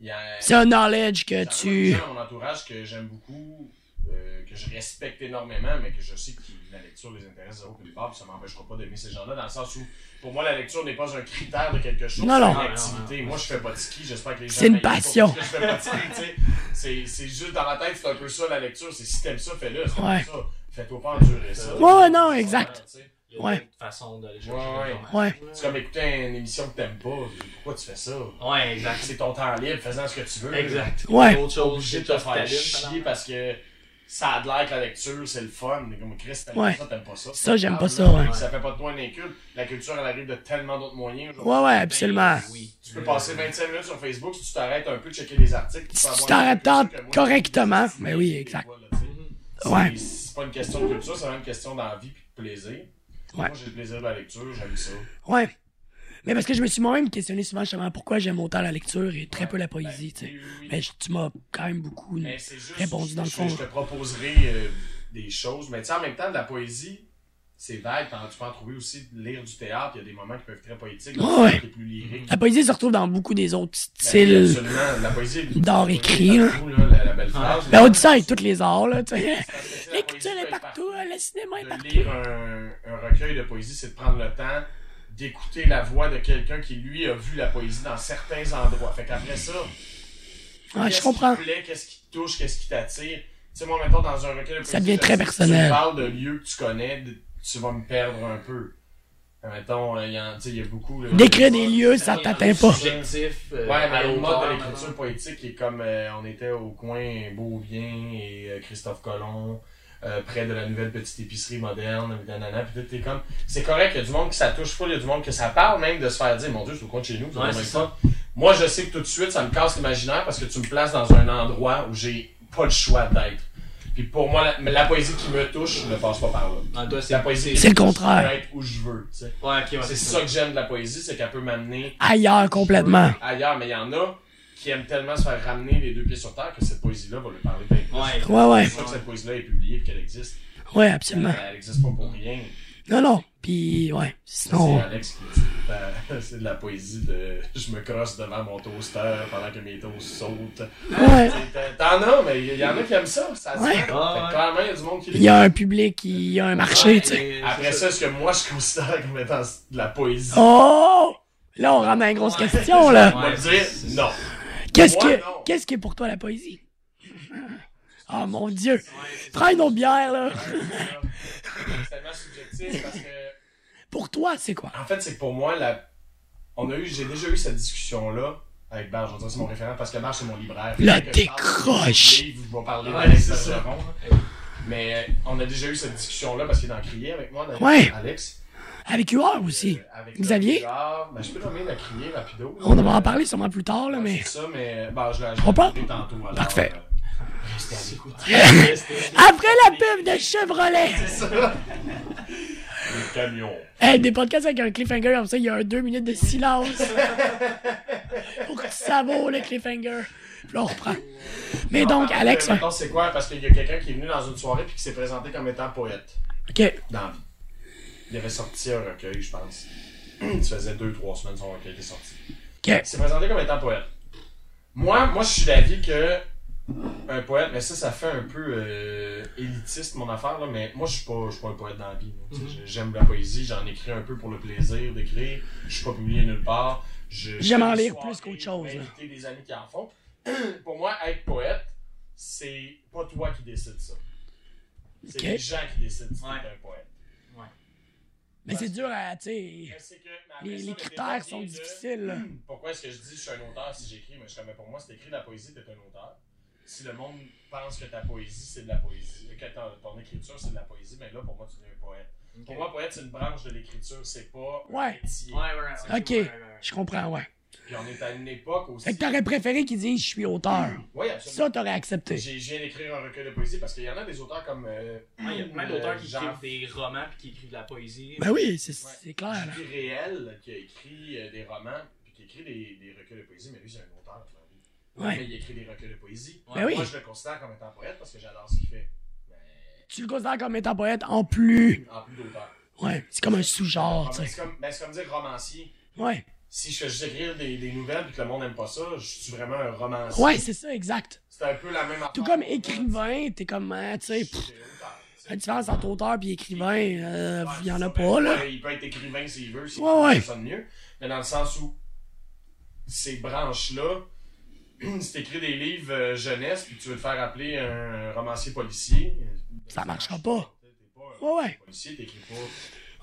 B: il Y a...
A: c'est un knowledge que
B: J'en ai
A: tu.
B: des gens à mon entourage que j'aime beaucoup, euh, que je respecte énormément, mais que je sais que la lecture les intéresse à aucune part, puis ça m'empêchera pas d'aimer ces gens-là, dans le sens où, pour moi, la lecture n'est pas un critère de quelque chose,
A: Non, non.
B: c'est
D: Non,
B: une
D: non,
B: activité.
D: non.
B: Moi, je fais pas de ski, j'espère que les gens...
A: C'est une
B: m'aiment pas
A: passion.
B: parce que je fais pas de ski, tu sais. C'est- C'est juste dans ma tête, c'est un peu ça, la lecture. C'est si t'aimes ça, fais-le. Si t'aimes
A: Ouais.
B: ça, fais-toi pas endurer ça.
A: Ouais, non, exact.
B: Tu sais.
D: Il y a
A: Ouais.
D: d'autres façons d'aller
B: Ouais, ouais.
D: chercher l'information.
A: Ouais.
B: C'est comme écouter une émission que t'aimes pas. Pourquoi tu fais ça?
D: Ouais, exact.
B: C'est ton temps libre, fais-en ce que tu veux
D: Exact.
A: Ouais.
D: Autre chose,
B: obligé
D: j'ai
B: de te faire chier parce que ça a de l'air que la lecture, c'est le fun. Mais comme Chris, t'aimes
A: Ouais.
B: pas ça, t'aimes pas ça.
A: Ça, j'aime pas ça, ouais.
B: Ça fait pas de toi un inculte. La culture, elle arrive de tellement d'autres moyens. aujourd'hui.
A: Ouais, ouais, absolument.
D: Oui.
B: Tu peux passer 25 minutes sur Facebook si tu t'arrêtes un peu de checker les articles.
A: Si
B: peux
A: tu
B: avoir
A: t'arrêtes
B: la culture que moi,
A: correctement.
B: j'ai.
A: Mais oui, exact.
B: Voilà, tu sais. C'est-
A: Ouais.
B: C'est pas une question de culture, c'est vraiment une question d'envie puis de plaisir. Moi, j'ai le plaisir de la lecture, j'aime ça.
A: Ouais. Mais parce que je me suis moi-même questionné souvent justement pourquoi j'aime autant la lecture et très peu la poésie, tu sais.
B: Ben, Oui, oui, oui.
A: Mais je- tu m'as quand même beaucoup.
B: Mais c'est juste,
A: répondu dans le
B: je-
A: fond,
B: Je te proposerai euh, des choses. Mais tu sais, en même temps, de la poésie, c'est vague. T'en- Tu peux en trouver aussi, lire du théâtre, il y a des moments qui peuvent être très poétiques, d'autres
A: Ouais.
B: qui sont plus lyriques.
A: La poésie se retrouve dans beaucoup des autres
B: Ben,
A: styles.
B: absolument, la poésie.
A: d'art écrit, là.
B: Partout, là, la, la belle phrase.
A: Ben, on dit ça avec tous les arts, là, tu sais.
B: Parce que, tu sais,
A: L'écriture
B: la poésie peut
A: est
B: être
A: partout,
B: partout.
A: le cinéma est
B: de
A: partout.
B: lire un, un recueil de poésie, c'est de prendre le temps d'écouter la voix de quelqu'un qui, lui, a vu la poésie dans certains endroits. Fait qu'après ça,
A: Ah, je
B: qu'est-ce
A: comprends.
B: qui te plaît, qu'est-ce qui te touche, qu'est-ce qui t'attire. Tu sais, moi, mettons, dans un recueil de
A: Ça
B: poésie,
A: devient très
B: si
A: personnel.
B: Tu parles de lieux que tu connais, de- tu vas me perdre un peu. Mettons, euh, il y, en- tu sais, il y a beaucoup... là,
A: Décrire
B: de-
A: des lieux, ça t'atteint pas.
D: Subjectif. euh,
B: Ouais, mais
D: à
B: le mode
D: l'auteur,
B: de l'écriture poétique qui est comme euh, on était au coin Beaubien et euh, Christophe Colomb, euh, près de la nouvelle petite épicerie moderne, nanana, pis tout, t'es comme. C'est correct, il y a du monde que ça touche pas, il y a du monde que ça parle même de se faire dire Mon Dieu, c'est au coin de chez nous, vous
D: Ouais,
B: avez
D: c'est
B: ça. Moi, je sais que tout de suite, ça me casse l'imaginaire parce que tu me places dans un endroit où j'ai pas le choix d'être. Puis pour moi, la, la poésie qui me touche ne passe pas par là.
D: Ah, toi, c'est
B: La poésie,
A: C'est le
B: je
A: contraire.
B: peux être où je veux, tu sais.
D: Ouais, ok, ouais,
B: C'est ça que j'aime de la poésie, c'est qu'elle peut m'amener
A: Ailleurs, complètement.
B: ailleurs, mais il y en a qui aiment tellement se faire ramener les deux pieds sur terre que cette poésie-là va lui parler bien plus.
D: Ouais.
A: Ouais, ouais.
B: C'est sûr que cette poésie-là est publiée et qu'elle existe.
A: Ouais,
B: Elle
A: absolument.
B: elle existe pas pour rien.
A: Non, non. Puis, ouais.
B: C'est
A: Sinon,
B: Alex qui dit ben, [LAUGHS] c'est de la poésie de je me crosse devant mon toaster pendant que mes toasts sautent.
A: ouais.
B: T'en- T'en as, mais il y en a qui aiment ça. Ça se
A: Ouais.
B: fait. Fait que
D: Ah, ouais.
B: Clairement, il y a du monde qui
A: Il y a un public, il y a un marché, tu sais.
B: Après ça, ce que moi je considère comme étant de la poésie,
A: Oh! Là, on rentre dans une grosse question, là.
B: on va
D: Ouais,
B: le dire
D: c'est- c'est-
B: non.
A: Qu'est-ce
B: Moi,
A: qui
B: non.
A: qu'est-ce qui est pour toi la poésie? Ah, mon Dieu. Prends une autre bière, là.
B: C'est tellement subjectif parce que.
A: Pour toi, c'est quoi?
B: En fait, c'est que pour moi, la... on a eu, j'ai déjà eu cette discussion-là avec Barge. On dirait que c'est mon référent parce que Barge, c'est mon libraire.
A: La
B: Fait que je parle
A: décroche.
B: de livres, Je vais parler
D: Ouais,
B: d'Alex
D: c'est ça.
B: Bergeron. Mais euh, on a déjà eu cette discussion-là parce qu'il est en crier avec moi, d'ailleurs,
A: Ouais.
B: Alex.
A: Avec UR aussi.
B: Euh, avec
A: Xavier?
B: Xavier Jarre. Ben, je peux nommer la crier rapido.
A: On va en parler sûrement plus tard, là,
B: Ouais,
A: mais.
B: C'est ça, mais ben, je l'ai je
A: On
B: l'ai
A: parle?
B: noté tantôt. alors,
A: Parfait. Ah!
B: euh, restez
A: [LAUGHS]
B: à l'écoute.
A: Après la pub de Chevrolet! [LAUGHS]
B: Le camion.
A: Hey, des podcasts avec un cliffhanger, comme ça, il y a un deux minutes de silence. Pour que tu savoures le cliffhanger. Puis là, on reprend. Mais donc,
B: Ah,
A: Alex, hein.
B: mais mettons, c'est quoi? Parce qu'il y a quelqu'un qui est venu dans une soirée puis qui s'est présenté comme étant poète.
A: OK.
B: dans la vie. Il avait sorti un recueil, je pense. Ça faisait deux, trois semaines son recueil était sorti.
A: OK.
B: Il s'est présenté comme étant poète. Moi, moi je suis d'avis que un poète, mais ça, ça fait un peu euh, élitiste mon affaire, là, mais moi je suis pas, je suis pas un poète dans la vie. là. Tu sais, J'aime la poésie, j'en écris un peu pour le plaisir d'écrire. Je suis pas publié nulle part. Je-
A: J'aime
B: je
A: en
B: fais des
A: lire
B: soirées,
A: plus qu'autre chose,
B: je vais
A: là.
B: inviter des amis qui en font. [CLEARS THROAT] pour moi, être poète, c'est pas toi qui décides ça. C'est
A: Ok.
B: les gens qui décident si t'es
D: Ouais.
B: un poète.
A: Mais c'est dur à, tu sais.
B: Mais c'est que, mais après
A: Les,
B: ça,
A: les
B: le
A: critères
B: débat
A: sont
B: vient de-
A: difficiles, là.
B: Pourquoi est-ce que je dis je suis un auteur si j'écris Mais je comme, mais pour moi, si t'écris de la poésie, t'es un auteur. Si le monde pense que ta poésie, c'est de la poésie, euh, que ton, ton écriture, c'est de la poésie, mais là, pour moi, tu deviens un poète. Pour moi, poète, c'est une branche de l'écriture, c'est pas un
A: Ouais.
B: métier.
D: Ouais, ouais, ouais.
A: OK.
D: ouais, ouais, ouais.
A: Je comprends, ouais.
B: Puis on est à une époque aussi.
A: Fait que t'aurais préféré qu'il dise je suis auteur.
B: Oui, absolument.
A: Ça, t'aurais accepté.
B: J'ai, je viens d'écrire un recueil de poésie parce qu'il y en a des auteurs comme. euh,
D: Ouais, Il y a plein d'auteurs qui
B: Jean
D: écrivent des romans puis qui écrivent de la poésie.
A: Ben oui, c'est c'est clair, là.
B: Julie Réel, qui a écrit euh, des romans, puis qui écrit des, des recueils de poésie, mais lui, c'est un auteur. là.
A: Ouais.
B: Mais il écrit des recueils de poésie.
A: Ben oui.
B: Moi, je le considère comme étant poète parce que j'adore ce qu'il fait. Mais
A: Tu le considères comme étant poète en plus.
B: en plus d'auteur.
A: Ouais. C'est comme un sous-genre, tu sais.
B: C'est comme, ben, c'est comme dire romancier.
A: Ouais.
B: Si je fais juste écrire des, des nouvelles et que le monde n'aime pas ça, je suis vraiment un romancier.
A: Ouais, c'est ça, exact.
B: C'est un peu la même affaire.
A: Tout comme écrivain, t'es comme, hein, tu sais.
B: Je suis
A: pff,
B: auteur, tu sais.
A: La différence entre auteur et écrivain, euh,
B: Ouais,
A: il y en
B: c'est
A: a
B: ça.
A: pas,
B: Ben,
A: là.
B: ouais, Il peut être écrivain s'il veut, s'il
A: Ouais, ouais.
B: sonne mieux. Mais dans le sens où ces branches-là, [CLEARS THROAT] si t'écris des livres euh, jeunesse puis tu veux te faire appeler un romancier policier, euh,
A: Ça marchera pas.
B: T'es pas
A: Ouais, ouais.
B: un policier, t'écris pas.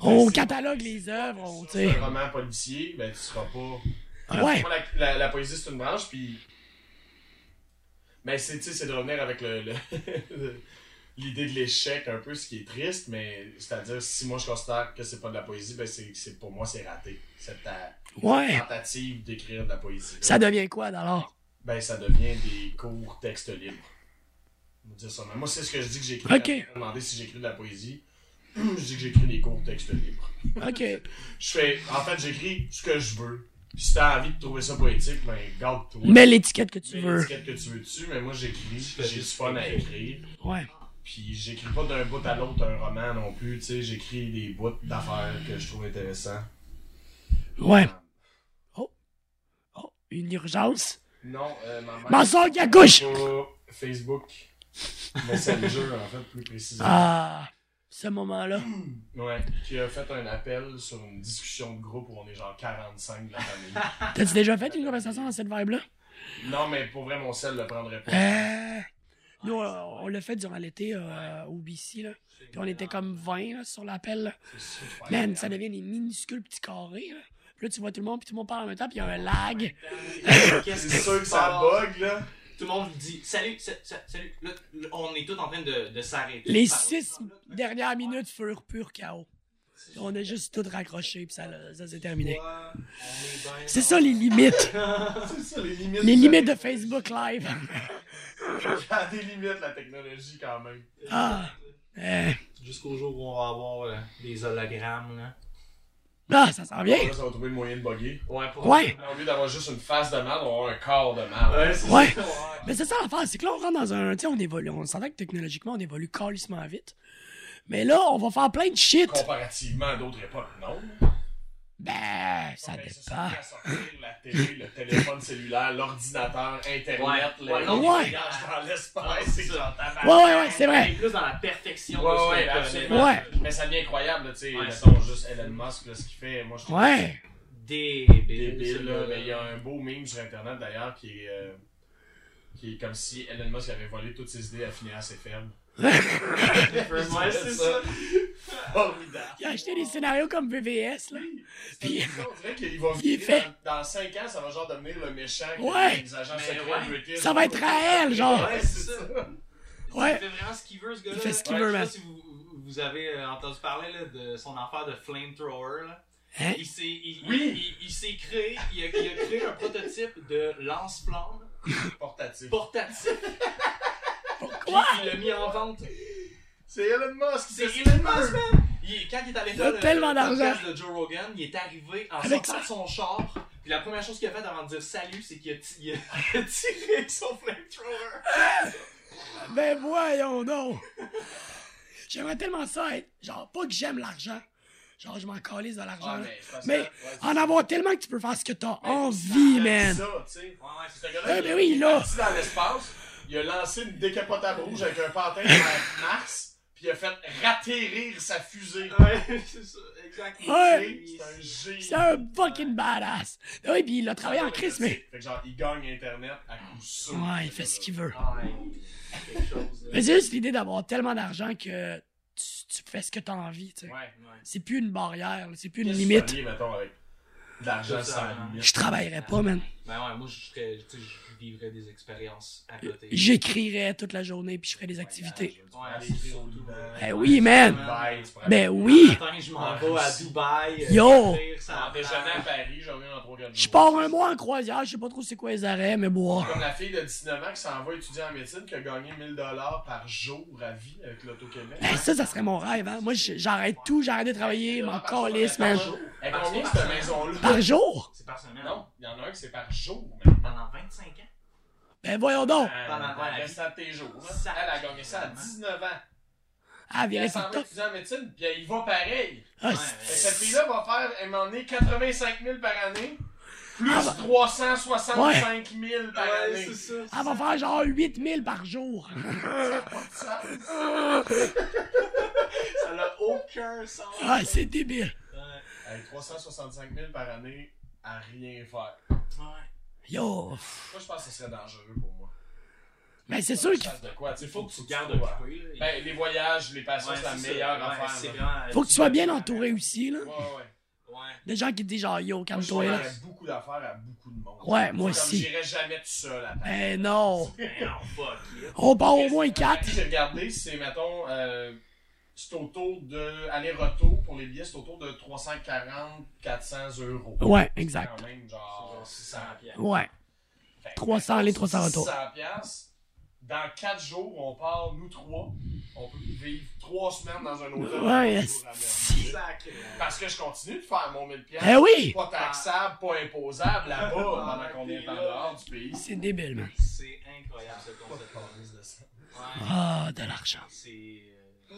A: On catalogue les œuvres, on, tu
B: Si
A: sais.
B: un roman policier, ben tu seras pas.
A: Ouais.
B: Moi, la, la- la poésie, c'est une branche, puis. Ben, c'est tu sais, c'est de revenir avec le. le- [LAUGHS] L'idée de l'échec, un peu, ce qui est triste, mais c'est-à-dire, si moi je considère que c'est pas de la poésie, ben, c'est c'est- pour moi, c'est raté. Cette ta-
A: Ouais.
B: tentative d'écrire de la poésie.
A: Eh. Ça devient quoi, alors?
B: Ben, ça devient des courts textes libres. On va dire ça. Mais moi, c'est ce que je dis que j'écris.
A: Ok.
B: Quand on m'a demandé si j'écris de la poésie, [CLEARS THROAT] je dis que j'écris des courts textes libres.
A: OK.
B: Je fais, en fait, j'écris ce que je veux. Puis si t'as envie de trouver ça poétique, ben, garde-toi.
A: Mets l'étiquette que tu
B: Mets
A: veux.
B: l'étiquette que tu veux dessus, mais moi j'écris,
D: fais
B: j'ai du
D: juste
B: fun à
D: écrire.
B: écrire.
A: Ouais.
B: Puis j'écris pas d'un bout à l'autre un roman non plus, tu sais, j'écris des bouts d'affaires que je trouve intéressants.
A: Ouais. Oh, une urgence.
B: Non, euh, ma mère.
A: Ma soeur qui accouche!
B: Sur Facebook Messenger, en fait, plus précisément.
A: Ah, ce moment-là.
B: Ouais, qui a fait un appel sur une discussion de groupe où on est genre 45 de la famille. [LAUGHS]
A: T'as-tu déjà fait une conversation dans cette vibe-là?
B: non, mais pour vrai, mon sel le prendrait pas.
A: Euh, nous, euh, on l'a fait durant l'été euh, au BC, là. Puis on était comme 20 là, sur l'appel. là.
B: C'est super.
A: Man, ça devient des minuscules petits carrés. Là. Puis là, tu vois tout le monde, puis tout le monde parle en même temps, puis il y a un lag.
C: Qu'est-ce
B: [LAUGHS] C'est
C: qui se
B: sûr que ça
C: passe?
B: bug, là.
D: Tout le monde dit salut, sa- sa- salut. Là, là, on est tous en train de, de s'arrêter.
A: Les
D: Par-
A: six dernières minutes furent pur chaos. On a juste tout raccroché, puis ça, l'a- ça s'est terminé.
C: Ouais, on est bien
A: C'est
C: dans-
A: ça
D: [LAUGHS]
A: les limites.
B: C'est ça, les [LAUGHS] limites.
A: Les limites de Facebook Live.
B: Elle a des limites, la technologie, quand même.
A: Ah, euh,
C: Jusqu'au jour où on va avoir euh, des hologrammes, là.
A: ah ça s'en vient.
B: Là, ça va trouver le moyen de bugger.
C: Ouais, pour...
A: Ouais.
B: Au lieu d'avoir juste une face de mal, on va avoir un corps de mal.
C: Ouais, c'est
A: Ouais.
C: ça,
A: Mais c'est ça l'affaire, c'est que là, on rentre dans un. Tu sais, on évolue. On s'entend que technologiquement, on évolue calissement vite. Mais là, on va faire plein de shit.
B: Comparativement à d'autres époques, non.
A: Ben, ça
B: Ben, c'est
A: dépend.
B: surtout à sortir la télé, le téléphone cellulaire, l'ordinateur, Internet,
D: Ouais,
B: les
D: ouais,
A: non,
B: voyages
A: ouais.
B: dans
D: Ah,
B: l'espace,
D: c'est
B: c'est
D: ça, tabarnak.
A: Ouais, ouais, ouais, c'est vrai.
D: On est plus dans la perfection
B: Ouais,
D: de ce
B: ouais,
D: qu'on
B: absolument.
A: Ouais.
B: Mais ça devient incroyable, là, tu sais.
D: Ouais,
B: mettons juste Elon Musk, là, ce qu'il fait. Moi, je trouve
A: Ouais. [LAUGHS]
D: Débile.
B: débile, là.
D: celui-là.
B: Mais il y a un beau meme sur Internet, d'ailleurs, qui est. euh, qui est comme si Elon Musk avait volé toutes ses idées à finir à ses fermes.
C: Ouais, c'est ça.
B: Formidable.
A: Il a acheté des scénarios comme VVS, là. Puis-
B: On dirait qu'il va
A: Il
B: virer
A: fait-
B: dans, dans 5 ans, ça va genre devenir le méchant que
A: Ouais.
B: les agents
D: Mais
B: secrets
D: ouais.
B: british-
A: Ça va être à elle, genre.
B: Ouais, c'est ça.
A: Ouais.
D: Il fait vraiment ce qu'il veut, ce gars-là.
A: Il fait ce qu'il
D: Ouais,
A: veut,
D: je sais
A: man.
D: pas si vous, vous- vous avez euh, entendu parler là, de son affaire de flamethrower. là.
A: Hein?
D: Il s'est il,
B: Oui.
D: il- il- il s'est créé, il a, il a créé un prototype de lance-flamme
A: [LAUGHS]
B: Portatif.
D: portatif.
A: Pourquoi?
D: Il l'a mis en vente.
B: C'est Elon Musk.
D: C'est Elon Musk, man! Il- quand il est allé
A: Il a
D: faire le-
A: tellement
D: le podcast
A: d'argent.
D: de Joe Rogan, il est arrivé en
A: Avec
D: sortant de son char. Puis la première chose qu'il a fait avant de dire salut, c'est qu'il a, ti- il a- [LAUGHS] il a tiré avec son flamethrower.
A: Ben voyons donc! J'aimerais tellement ça être. Genre, pas que j'aime l'argent. Genre, je m'en calise de l'argent.
B: Ah,
A: là.
B: mais c'est parce que-
A: mais
B: ouais, c'est
A: en
B: ça.
A: avoir tellement que tu peux faire ce que t'as
B: Mais
A: envie,
B: ça,
A: man!
B: ça, tu sais.
D: Ah
B: Ce gars-là,
A: Eh
B: il-
A: ben oui,
B: il est
A: là!
B: parti dans l'espace, il a lancé une décapotable rouge avec un pantin vers Mars, puis il a fait ratterrir sa fusée.
D: Ouais, [LAUGHS] c'est ça, exact.
A: Ouais.
B: C'est un génie.
A: C'est un fucking badass! Ben oui, pis il a travaillé en crise, mais.
B: Fait que genre, il gagne Internet à coup sûr.
A: Ouais, il fait ce qu'il veut.
D: Ah, ouais. Quelque chose. là.
A: Mais c'est juste l'idée d'avoir tellement d'argent que tu, tu fais ce que t'as envie, tu sais.
B: Ouais.
D: Ouais.
A: C'est plus une barrière, là, c'est plus une
B: Qu'est-ce que
A: limite.
B: tu fais, mettons, avec de l'argent
D: C'est ça,
B: sans
D: hein.
B: limite.
A: Je travaillerais pas, man.
D: Ben ouais, moi je serais, tu sais, je vivrais des expériences à
A: Euh,
D: côté.
A: J'écrirais toute la journée puis je ferais des activités.
D: Ouais,
B: Aller
D: c'est
B: écrire au
D: surtout. euh,
B: Liban.
A: Ben oui, man!
B: Dubaï, tu pourrais
A: Ben
B: aller-
A: oui!
D: Attends, je m'en vais à Dubaï. euh,
A: Yo!
D: partir sur
B: Ah,
D: la
B: t'es jamais à
D: plage.
B: Paris, j'en reviens dans 3-4 jours.
A: Je pars un mois en croisière, je sais pas trop c'est quoi les arrêts, mais bon.
B: Comme la fille de 19 ans qui s'en va étudier en médecine, qui a gagné 1000$ par jour à vie avec l'Auto-Québec.
A: Ben, ça, ça serait mon rêve, hein. Moi, je- j'arrête tout, j'arrête de travailler, m'en
B: Par jour,
A: calisse,
B: par
A: man. Ah.
B: jour. Eh, combien cette maison-là?
A: Par jour?
D: C'est par semaine.
B: Non, il y en a un qui c'est par jour, maintenant.
D: Pendant 25 ans.
A: Ben, voyons donc.
D: Pendant-
B: Euh, le restant de tes jours. là.
D: Sac.
B: Elle a gagné ça à 19 ans.
A: Ah,
B: Elle
A: virer
B: s'en
A: sur
B: va
A: top.
B: étudier en médecine, puis elle y va pareil.
A: Ah,
B: Fait
A: c'est-
B: que cette fille-là va faire, elle m'en est 85 000 par année, plus
A: Ah bah.
B: 365 000 par année.
D: c'est ça.
A: elle Ah, va faire genre 8000 par jour. [LAUGHS]
B: Ça,
D: Ça n'a aucun sens.
A: Ah, c'est débile.
B: [LAUGHS] Hey, 365 000 par année à rien faire.
D: Ouais.
A: Yo. pff.
B: Moi, je pense que ce serait dangereux pour moi.
A: Ben, c'est sûr
B: Tu
A: qu'il
B: fasses de quoi? tu sais,
D: Il faut que tu gardes occupé. là.
B: Ben, les voyages, les passions,
D: Ouais,
B: c'est la
D: ça.
B: meilleure
D: Ouais,
B: affaire.
D: c'est
B: là.
D: vraiment- euh,
A: faut que tu sois bien entouré aussi, là.
B: Ouais, ouais, ouais. [LAUGHS]
D: Ouais.
A: Des gens qui te disent genre, yo,
B: Moi, je
A: calme-toi, là.
B: ferais beaucoup d'affaires à beaucoup de monde.
A: Ouais, moi
B: C'est comme,
A: aussi.
B: J'irais jamais tout seul à Paris.
A: Ben, non.
D: Ben non, fuck yeah.
A: On part au moins 4.
B: J'ai regardé, c'est, mettons, euh, c'est autour de. Aller-retour pour les billets, c'est autour de 340-400 euros.
A: Ouais,
B: C'est
A: exact.
B: Quand même,
D: Oh,
B: genre 600 piastres.
A: Ouais. 300 aller, 300 retour.
B: 600 piastres. Dans 4 jours, on part, nous trois. On peut vivre 3 semaines dans un hôtel.
A: Ouais,
B: Un jour à
A: esti.
B: merde.
D: Sacré.
B: Parce que je continue de faire mon 1000 piastres.
A: Eh oui!
B: Pas taxable, pas imposable là-bas pendant qu'on est en dehors du pays.
A: C'est débile, man.
D: C'est incroyable ce concept.
B: Pas de calice de ça.
D: Ouais,
A: Ah, de l'argent.
D: c'est. euh,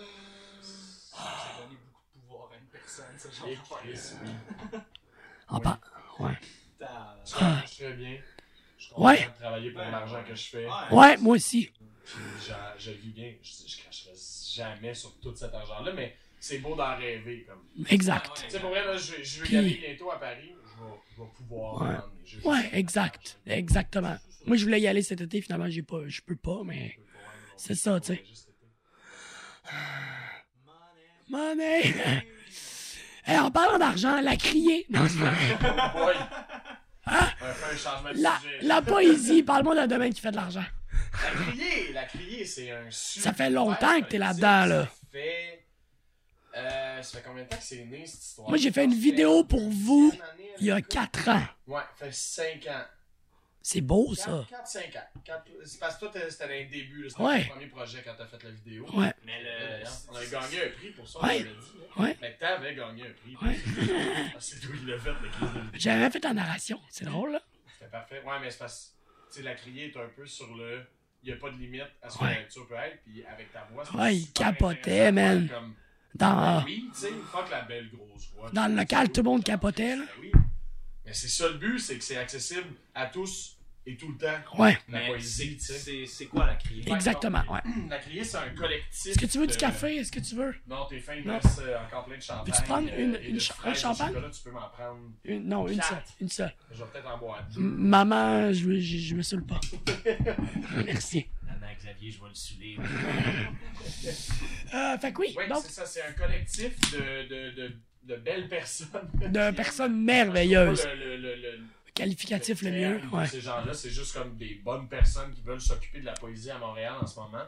D: c'est- ça a donné beaucoup de pouvoir à une personne, ce genre
B: Et
D: d'affaire.
B: Chris,
A: En par-
D: Putain,
B: Ah, Je comprends très bien. Je comprends
A: Ah. Ouais.
B: de travailler pour
D: Ouais.
B: l'argent que je fais.
A: Ouais, moi aussi.
B: Puis j'en- je le vis bien. Je, je cracherai jamais sur tout cet argent-là, mais c'est beau d'en rêver. Comme.
A: Exact.
B: Tu sais, pour vrai, là, je, je vais
A: Puis-
B: y aller bientôt à Paris. Je vais, je vais pouvoir
A: Ouais.
B: prendre mes jeux.
A: Ouais, exact. Exactement. Moi, je voulais y aller cet été, finalement, j'ai pas, je peux pas, mais. C'est ça, tu sais. Money! [LAUGHS] Eh, en parlant d'argent, la criée. [LAUGHS] Non, c'est pas vrai.
B: Ouais. On a fait un changement de
A: Ah. la,
B: sujet.
A: la poésie, parle-moi d'un domaine qui fait de l'argent.
B: La criée, la criée, c'est un super.
A: Ça fait longtemps que t'es là-dedans, là.
B: Ça fait. Euh, ça fait combien de temps que c'est né cette histoire?
A: Moi, j'ai fait une
B: Ça
A: vidéo pour vous
B: une année,
A: il y a
B: elle,
A: 4 ans.
B: Ouais, ça fait 5 ans.
A: C'est beau, ça.
B: 4-5 ans. Quatre- C'est parce que toi, t'es- c'était dans les débuts. là. C'était
A: Ouais.
B: ton premier projet quand t'as fait la vidéo.
A: Ouais,
D: Mais
B: Euh,
D: le.
B: on avait gagné un prix pour ça, on
A: Ouais.
B: l'avait dit. là.
A: ouais.
B: Fait que t'avais gagné un prix.
A: Ouais. [LAUGHS]
B: Ah, C'est toi qui l'as fait, la crise de vidéo.
A: J'avais fait la narration. C'est drôle, là.
B: C'était parfait. Ouais, mais c'est parce que tu sais, la criée est un peu sur le. Il n'y a pas de limite à ce que
A: Ouais.
B: tu peux être. Puis avec ta voix, c'est
A: Ouais, il
B: super
A: capotait,
B: intéressant.
A: man.
B: Comme,
A: Dans,
B: oui, tu sais, fuck la belle grosse voix.
A: dans le local, tout le monde capotait, là.
B: Ben oui. Mais c'est ça le but, c'est que c'est accessible à tous et tout le temps.
A: euh, Ouais,
B: La
D: Mais
B: poésie,
D: c'est-
B: tu sais.
D: c'est c'est quoi la criée?
A: exactement, ouais.
B: La criée, c'est un collectif.
A: Est-ce que tu veux du
B: de-
A: café? Est-ce que tu veux?
B: Non, t'es fin, il
A: Non.
B: reste euh, encore plein de champagne.
A: Veux-tu prendre
B: euh,
A: une-
B: et
A: une
B: de
A: cha- un
B: fraises au
A: champagne?
B: chocolat, tu peux m'en prendre.
A: Une- non, une
B: Quatre.
A: seule. Une seule.
B: Je vais peut-être en boire.
A: M- Maman, je, je, je me [LAUGHS] saoule pas. Merci.
D: Maman Xavier, je vais le saouler.
A: [LAUGHS] Euh, fait que oui,
B: Oui,
A: donc,
B: c'est ça, c'est un collectif de, de, de, de belles personnes. [LAUGHS]
A: de personnes
B: Le,
A: merveilleuses.
B: le, le, le-
A: Qualificatif le
B: terme
A: mieux,
B: de
A: ouais.
B: Ces gens-là, c'est juste comme des bonnes personnes qui veulent s'occuper de la poésie à Montréal en ce moment.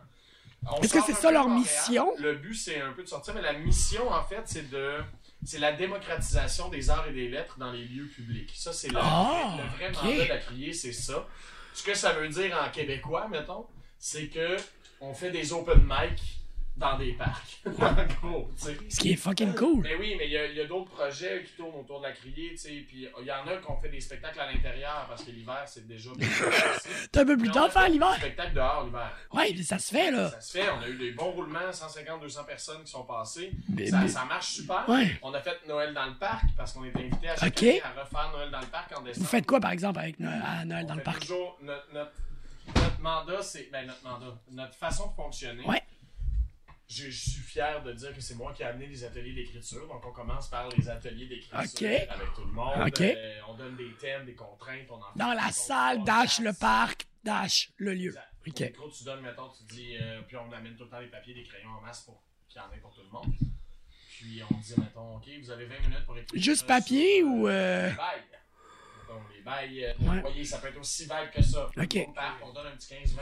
B: On
A: Est-ce que
B: sort
A: c'est
B: un
A: ça
B: peu
A: leur
B: de Montréal.
A: mission?
B: Le but, c'est un peu de sortir, mais la mission, en fait, c'est de. C'est la démocratisation des arts et des lettres dans les lieux publics. Ça, c'est le,
A: Ah,
B: le vrai
A: ok.
B: mandat de la criée, c'est ça. Ce que ça veut dire en québécois, mettons, c'est que on fait des open mic dans des parcs. [LAUGHS] en gros, tu sais.
A: Ce qui est fucking cool.
B: Mais Ben oui, mais il y a, il y a d'autres projets qui tournent autour de la criée, tu sais, puis euh, il y en a qu'on fait des spectacles à l'intérieur parce que l'hiver, c'est déjà
A: [LAUGHS]
B: plus facile.
A: T'as un peu plus
B: Mais on a
A: d'enfants
B: fait Des
A: l'hiver?
B: spectacles dehors l'hiver.
A: Ouais, mais ça se fait, là.
B: Ça se fait, on a eu des bons roulements, 150-200 personnes qui sont passées.
A: Mais-
B: ça,
A: mais-
B: ça marche super.
A: Ouais.
B: On a fait Noël dans le parc parce qu'on était invité à chaque
A: Ok.
B: année à refaire Noël dans le parc en
A: Vous
B: décembre.
A: faites quoi, par exemple, avec Noël, à Noël
B: On
A: dans le
B: fait
A: parc?
B: Toujours notre, notre, notre mandat, c'est. Ben, notre mandat. Notre façon de fonctionner.
A: Ouais.
B: Je, je suis fier de dire que c'est moi qui ai amené les ateliers d'écriture. Donc, on commence par les ateliers d'écriture
A: Ok.
B: avec tout le monde.
A: Ok.
B: Euh, on donne des thèmes, des contraintes. On en fait
A: Dans
B: des
A: la
B: contraintes,
A: salle,
B: on
A: dash le
B: passe.
A: parc, dash le lieu.
B: Exact.
A: Ok.
B: Au micro, tu donnes, mettons, tu dis. euh, puis, on amène tout le temps les papiers, des crayons en masse pour qu'il y en ait pour tout le monde. Puis, on dit, mettons, OK, vous avez 20 minutes pour écrire.
A: Juste
B: ça
A: papier
B: sur, euh,
A: ou... euh,
B: les bails. Donc, les bails, euh,
A: Ouais.
B: vous voyez, ça peut être aussi vague que ça.
A: Ok.
B: On part, on donne un petit 15-20.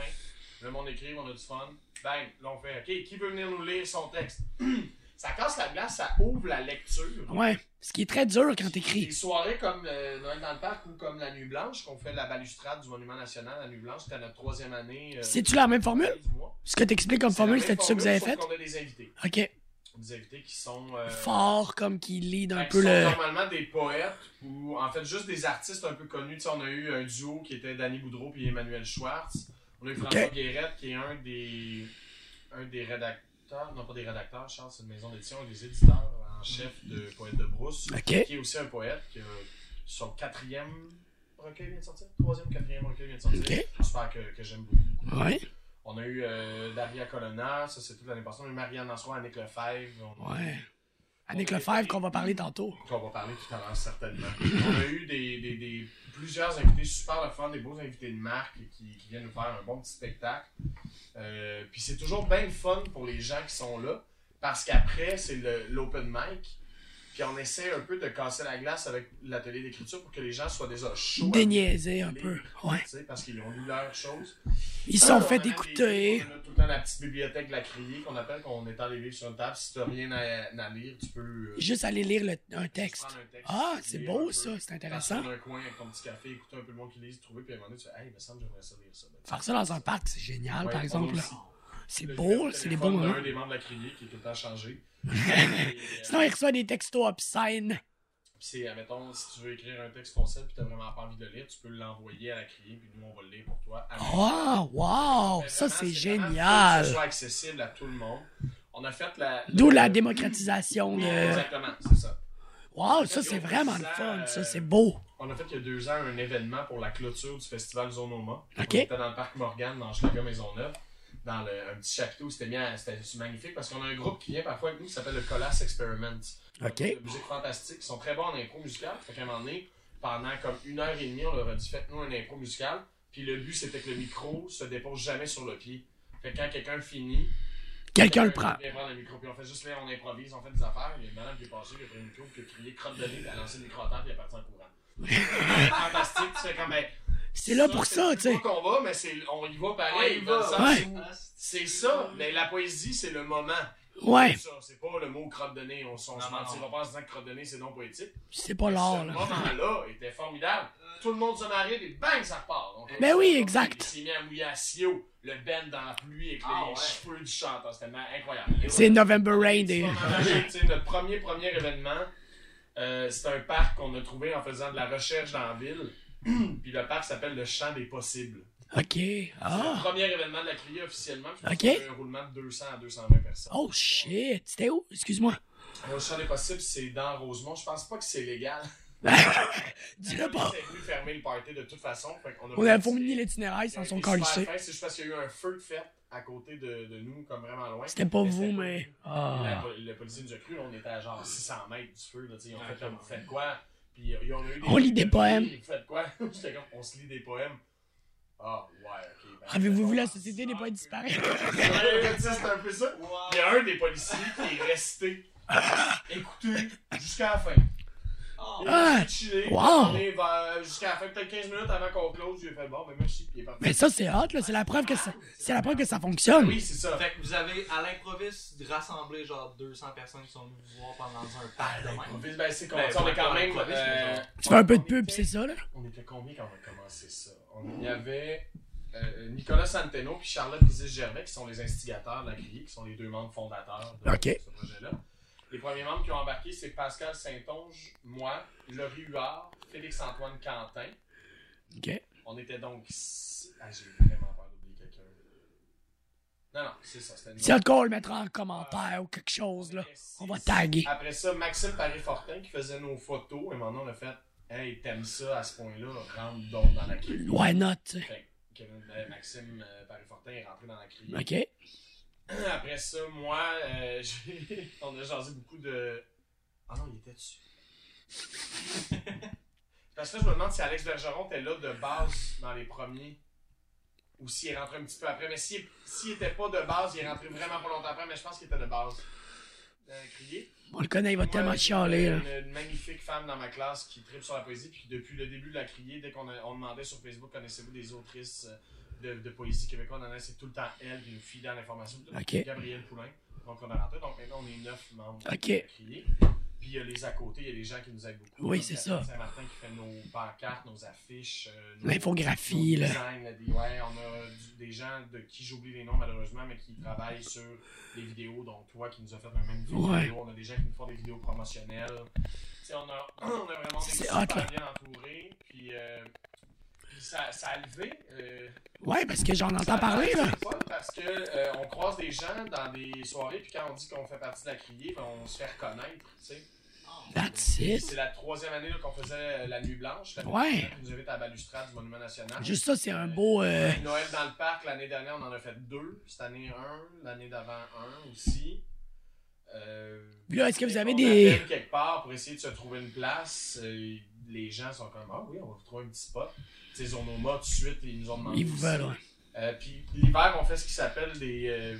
B: Le monde écrit, on a du fun. Bang, là, on fait OK, qui veut venir nous lire son texte [CLEARS THROAT] Ça casse la glace, ça ouvre la lecture.
A: Ouais, ce qui est très dur quand
B: Des
A: t'écris.
B: soirées comme euh, Noël dans le Parc ou comme La Nuit Blanche, qu'on fait la balustrade du Monument National, La Nuit Blanche, c'était notre troisième année. euh,
A: C'est-tu la même formule?
B: du mois.
A: Ce que t'expliques comme
B: C'est la
A: formule,
B: même
A: c'était ça que vous avez
B: formule, sauf
A: fait?
B: qu'on a des invités.
A: Ok.
B: Des invités qui sont. euh,
A: Fort, comme qui lead un
B: Fait que
A: peu
B: ce Ben, sont
A: le...
B: normalement des poètes ou en fait juste des artistes un peu connus. Tu sais, on a eu un duo qui était Danny Boudreau et Emmanuel Schwartz. On a eu François Guérette qui est un des un des rédacteurs, non pas des rédacteurs, Charles, c'est une maison d'édition, un des éditeurs en chef de Poète de Brousse,
A: Ok.
B: qui est aussi un poète qui a son quatrième recueil vient de sortir, troisième, quatrième recueil vient de sortir.
A: Ok.
B: J'espère que, que j'aime beaucoup.
A: Ouais.
B: On a eu euh, Daria Colonna, ça c'est toute l'année passée. On a eu Marianne Lançois, Annick Lefebvre. On a eu
A: Ouais. Avec le Lefebvre qu'on va parler tantôt.
B: qu'on va parler tout à l'heure certainement. On a eu des, des- des- plusieurs invités super le fun, des beaux invités de marque qui, qui viennent nous faire un bon petit spectacle. Euh, Puis c'est toujours bien le fun pour les gens qui sont là, parce qu'après, c'est le- l'open mic. Puis on essaie un peu de casser la glace avec l'atelier d'écriture pour que les gens soient déjà chauds.
A: Déniaiser un peu. Ouais.
B: Tu sais, Parce qu'ils ont lu leurs choses.
A: Ils se sont
B: On
A: fait
B: amène
A: écouter.
B: des- On a tout le temps la petite bibliothèque de la criée qu'on appelle, qu'on étend les livres sur une table. Si tu n'as rien à, à lire, tu peux. euh,
A: Juste aller lire le- un
B: tu prends
A: texte.
B: un texte,
A: Ah,
B: tu
A: c'est
B: lis un
A: beau
B: peu.
A: ça, c'est
B: Passer
A: intéressant.
B: dans un coin avec ton petit café, écouter un peu le monde qui lise, trouver, puis à un moment donné, tu fais, hey, il me semble que j'aimerais ça lire ça. Ben,
A: Faire ça dans un parc, c'est génial,
B: ouais,
A: par
B: on
A: exemple.
B: a
A: là.
B: aussi
A: C'est
B: le
A: beau,
B: numéro de
A: c'est des beaux
B: téléphone
A: moments. [LAUGHS]
B: d'un des membres de la criée qui est tout le temps changé.
A: Sinon, il reçoit des textos obscènes.
B: Puis euh, c'est, admettons, si tu veux écrire un texte concept puis t'as vraiment pas envie de le lire, tu peux l'envoyer à la criée puis nous on va le lire pour toi. à nous.
A: Oh, wow!
B: Mais
A: Ça,
B: vraiment,
A: c'est
B: vraiment Pour que ce
A: génial!
B: soit accessible à tout le monde. On a fait la.
A: D'où
B: le-
A: la démocratisation. de-
B: Exactement, c'est ça.
A: Wow, ça, c'est vraiment le fun. Ça, c'est beau.
B: On a fait il y a deux ans un événement pour la clôture du festival Zonoma.
A: Ok.
B: On était dans le parc Morgan, dans Chicago Maisonneuve, dans le, un petit chapiteau. C'était bien, c'était c'est magnifique parce qu'on a un groupe qui vient parfois avec nous qui s'appelle le Colas Experiment.
A: OK.
B: De musique fantastique. Ils sont très bons en impro musical. Fait qu'à un moment donné, pendant comme une heure et demie, on leur a dit faites-nous un impro musical. Puis le but, c'était que le micro se dépose jamais sur le pied. Fait que quand quelqu'un finit,
A: Quelqu'un le prend.
B: vient prendre le micro, puis on fait juste là, on improvise, on fait des affaires. Il y a une madame qui est passée, qui a pris le micro, qui a crié crotte de nez, puis elle a lancé le micro à terre, puis elle est partie en courant. C'est
A: [LAUGHS]
B: fantastique, tu fais comme. ben,
A: C'est là pour ça, tu
B: C'est
A: sais.
B: pas qu'on va, mais c'est, on y va pareil.
C: On y
B: dans le
C: va.
B: sens
A: Ouais.
B: où- C'est ça, mais la poésie, c'est le moment.
A: Ouais,
B: C'est ça, c'est pas le mot crotte de nez. On, s- on se
D: Non, non,
B: mentira
D: non.
B: pas en se disant que crotte de nez, c'est non poétique.
A: c'est pas
B: Ce
A: l'or, là.
B: moment-là était formidable. Tout le monde se marie, et bang, ça repart. Donc,
A: Ben
B: on-
A: oui,
B: on-
A: exact.
B: Il s'est mis à mouiller à Sio, le bend dans la pluie avec
C: Ah,
B: les
C: ouais.
B: cheveux du chanteur. C'était ma- incroyable. Et
A: C'est November Rain.
B: c'est
A: des-
B: pas mal magique, [LAUGHS] tu sais, notre premier premier événement, euh, c'est un parc qu'on a trouvé en faisant de la recherche dans
A: [CLEARS THROAT]
B: la ville. Puis le parc s'appelle le Champ des Possibles.
A: OK.
B: C'est le
A: Ah.
B: premier événement de la criée officiellement. puis
A: Ok.
B: c'est un roulement de 200 à 220 personnes.
A: Oh, shit. C'était où? Excuse-moi. [LAUGHS]
B: Le Champ des Possibles, c'est dans Rosemont. Je pense pas que
A: [LAUGHS]
B: c'est légal.
A: Dis-le pas.
B: C'est venu fermer le party de toute façon. fait qu'on
A: On avait fourni l'itinéraire sans son
B: corps
A: lycée.
B: C'est juste parce qu'il y a eu un feu de fête à côté de, de nous, comme vraiment loin.
A: C'était pas
B: c'était
A: vous,
B: pas
A: mais.
B: La,
A: Ah.
B: po- le policier nous a cru, là, on était à genre 600 mètres du feu, là, tu sais, ils ont
D: Ouais,
B: fait comme,
D: clairement.
B: vous faites quoi? Puis euh, ils ont eu des-
A: On lit des poèmes.
B: Vous faites quoi? [LAUGHS] J'étais comme, on se lit des poèmes. Ah, ouais, ok. ben,
A: Avez-vous
B: bon.
A: vu la société des pas disparaître?
B: Ouais, ça, c'est un peu ça. Il y a un des policiers qui est resté.
A: [LAUGHS]
B: Écoutez, jusqu'à la fin.
C: Oh,
B: Il
A: Ah,
B: est chillé,
A: wow.
B: on est vers- Jusqu'à la fin, peut-être 15 minutes avant qu'on close, j'ai fait bon, ben merci, puis il est parti.
A: [LAUGHS] Mais ça, c'est hot, là. C'est la preuve que ça, c'est la preuve que ça fonctionne.
B: Oui, c'est ça.
D: Fait que vous avez à l'improviste rassemblé genre 200 personnes qui sont venues vous voir pendant un parc de même.
B: Ben, c'est qu'on
D: Ben,
B: on est
D: pas
B: quand
D: encore
B: même.
D: improviste, mais
B: euh,
D: genre-
A: Tu fais un peu de
B: on
A: pub,
B: était-
A: c'est ça, là?
B: On était combien quand on a commencé ça? On- Il y avait euh, Nicolas Santeno puis Charlotte Pizis-Gervais qui sont les instigateurs de la grille, qui sont les deux membres fondateurs de
A: Ok.
B: ce projet-là. Les premiers membres qui ont embarqué, c'est Pascal Saint-Onge, moi, Laurie Huard, Félix-Antoine Quentin.
A: OK.
B: On était donc... six- Ah, j'ai vraiment peur d'oublier quelqu'un. Non, non, c'est ça. c'était
A: Si encore, on le mettra en commentaire ou quelque chose, là. On va taguer.
B: Après ça, Maxime Paris-Fortin qui faisait nos photos. Et maintenant, on a fait Hey, t'aimes ça à ce point-là, rentre donc dans la grille.
A: Why not? tu sais.
B: Fait que Kevin- euh, Maxime euh, Paris-Fortin est rentré dans la criée.
A: OK.
B: [CLEARS THROAT] Après ça, moi, euh, [LAUGHS] j'ai- on a jasé beaucoup de. Ah non, il était dessus. [LAUGHS] Parce que là, je me demande si Alex Bergeron était là de base dans les premiers. Ou s'il est rentré un petit peu après. Mais s'il s'il était pas de base, il est rentré vraiment pas longtemps après, mais je pense qu'il était de base. Dans la criée.
A: On le connaît, il va
B: Moi,
A: tellement
B: j'ai
A: chialer, là.
B: Une, une magnifique femme dans ma classe qui tripe sur la poésie, puis qui, depuis le début de la criée, dès qu'on a- on demandait sur Facebook, connaissez-vous des autrices euh, de, de poésie québécoise, on en a, c'est tout le temps elle qui nous fidèle à l'information.
A: Ok.
B: Gabrielle Poulain, donc on a rentré. Donc maintenant, on est neuf membres
A: Ok.
B: de la criée. Puis il y a les à côté, il y a les gens qui nous aident beaucoup.
A: Oui,
B: Donc,
A: c'est
B: Catherine
A: ça.
B: Saint-Martin qui fait nos pancartes, nos affiches, euh, nos-
A: L'infographie,
B: nos
A: là.
B: designs, là, des- ouais, on a du- des gens de qui j'oublie les noms malheureusement, mais qui travaillent sur les vidéos, donc toi qui nous as fait un magnifique
A: Ouais.
B: vidéo. On a des gens qui nous font des vidéos promotionnelles. Tu sais, on a, [CLEARS THROAT] on a vraiment été
A: C'est
B: super
A: hot, là.
B: bien entourés. Puis, euh, puis ça, ça a levé. euh,
A: Ouais, parce que j'en
B: ça a
A: entends parler, là.
B: levé, c'est le fun Parce que euh, on croise des gens dans des soirées, puis quand on dit qu'on fait partie de la criée, ben, on se fait reconnaître. tu sais.
A: That's it.
B: C'est la troisième année là, qu'on faisait euh, la Nuit Blanche. La Nuit
A: Ouais.
B: Blanche qui nous invite à la balustrade du Monument National.
A: Juste ça, c'est un beau. euh,
B: Noël dans le parc, l'année dernière, on en a fait deux. Cette année, un. L'année d'avant, un aussi. Euh,
A: Là, est-ce que vous avez
B: on
A: des.
B: appelle quelque part pour essayer de se trouver une place. Euh, les gens sont comme Ah oui, on va vous trouver un petit spot. Tu sais, on m'a tout de suite, ils nous ont demandé.
A: Ils vous
B: aussi.
A: veulent, ouais.
B: Euh, Puis l'hiver, on fait ce qui s'appelle des. euh,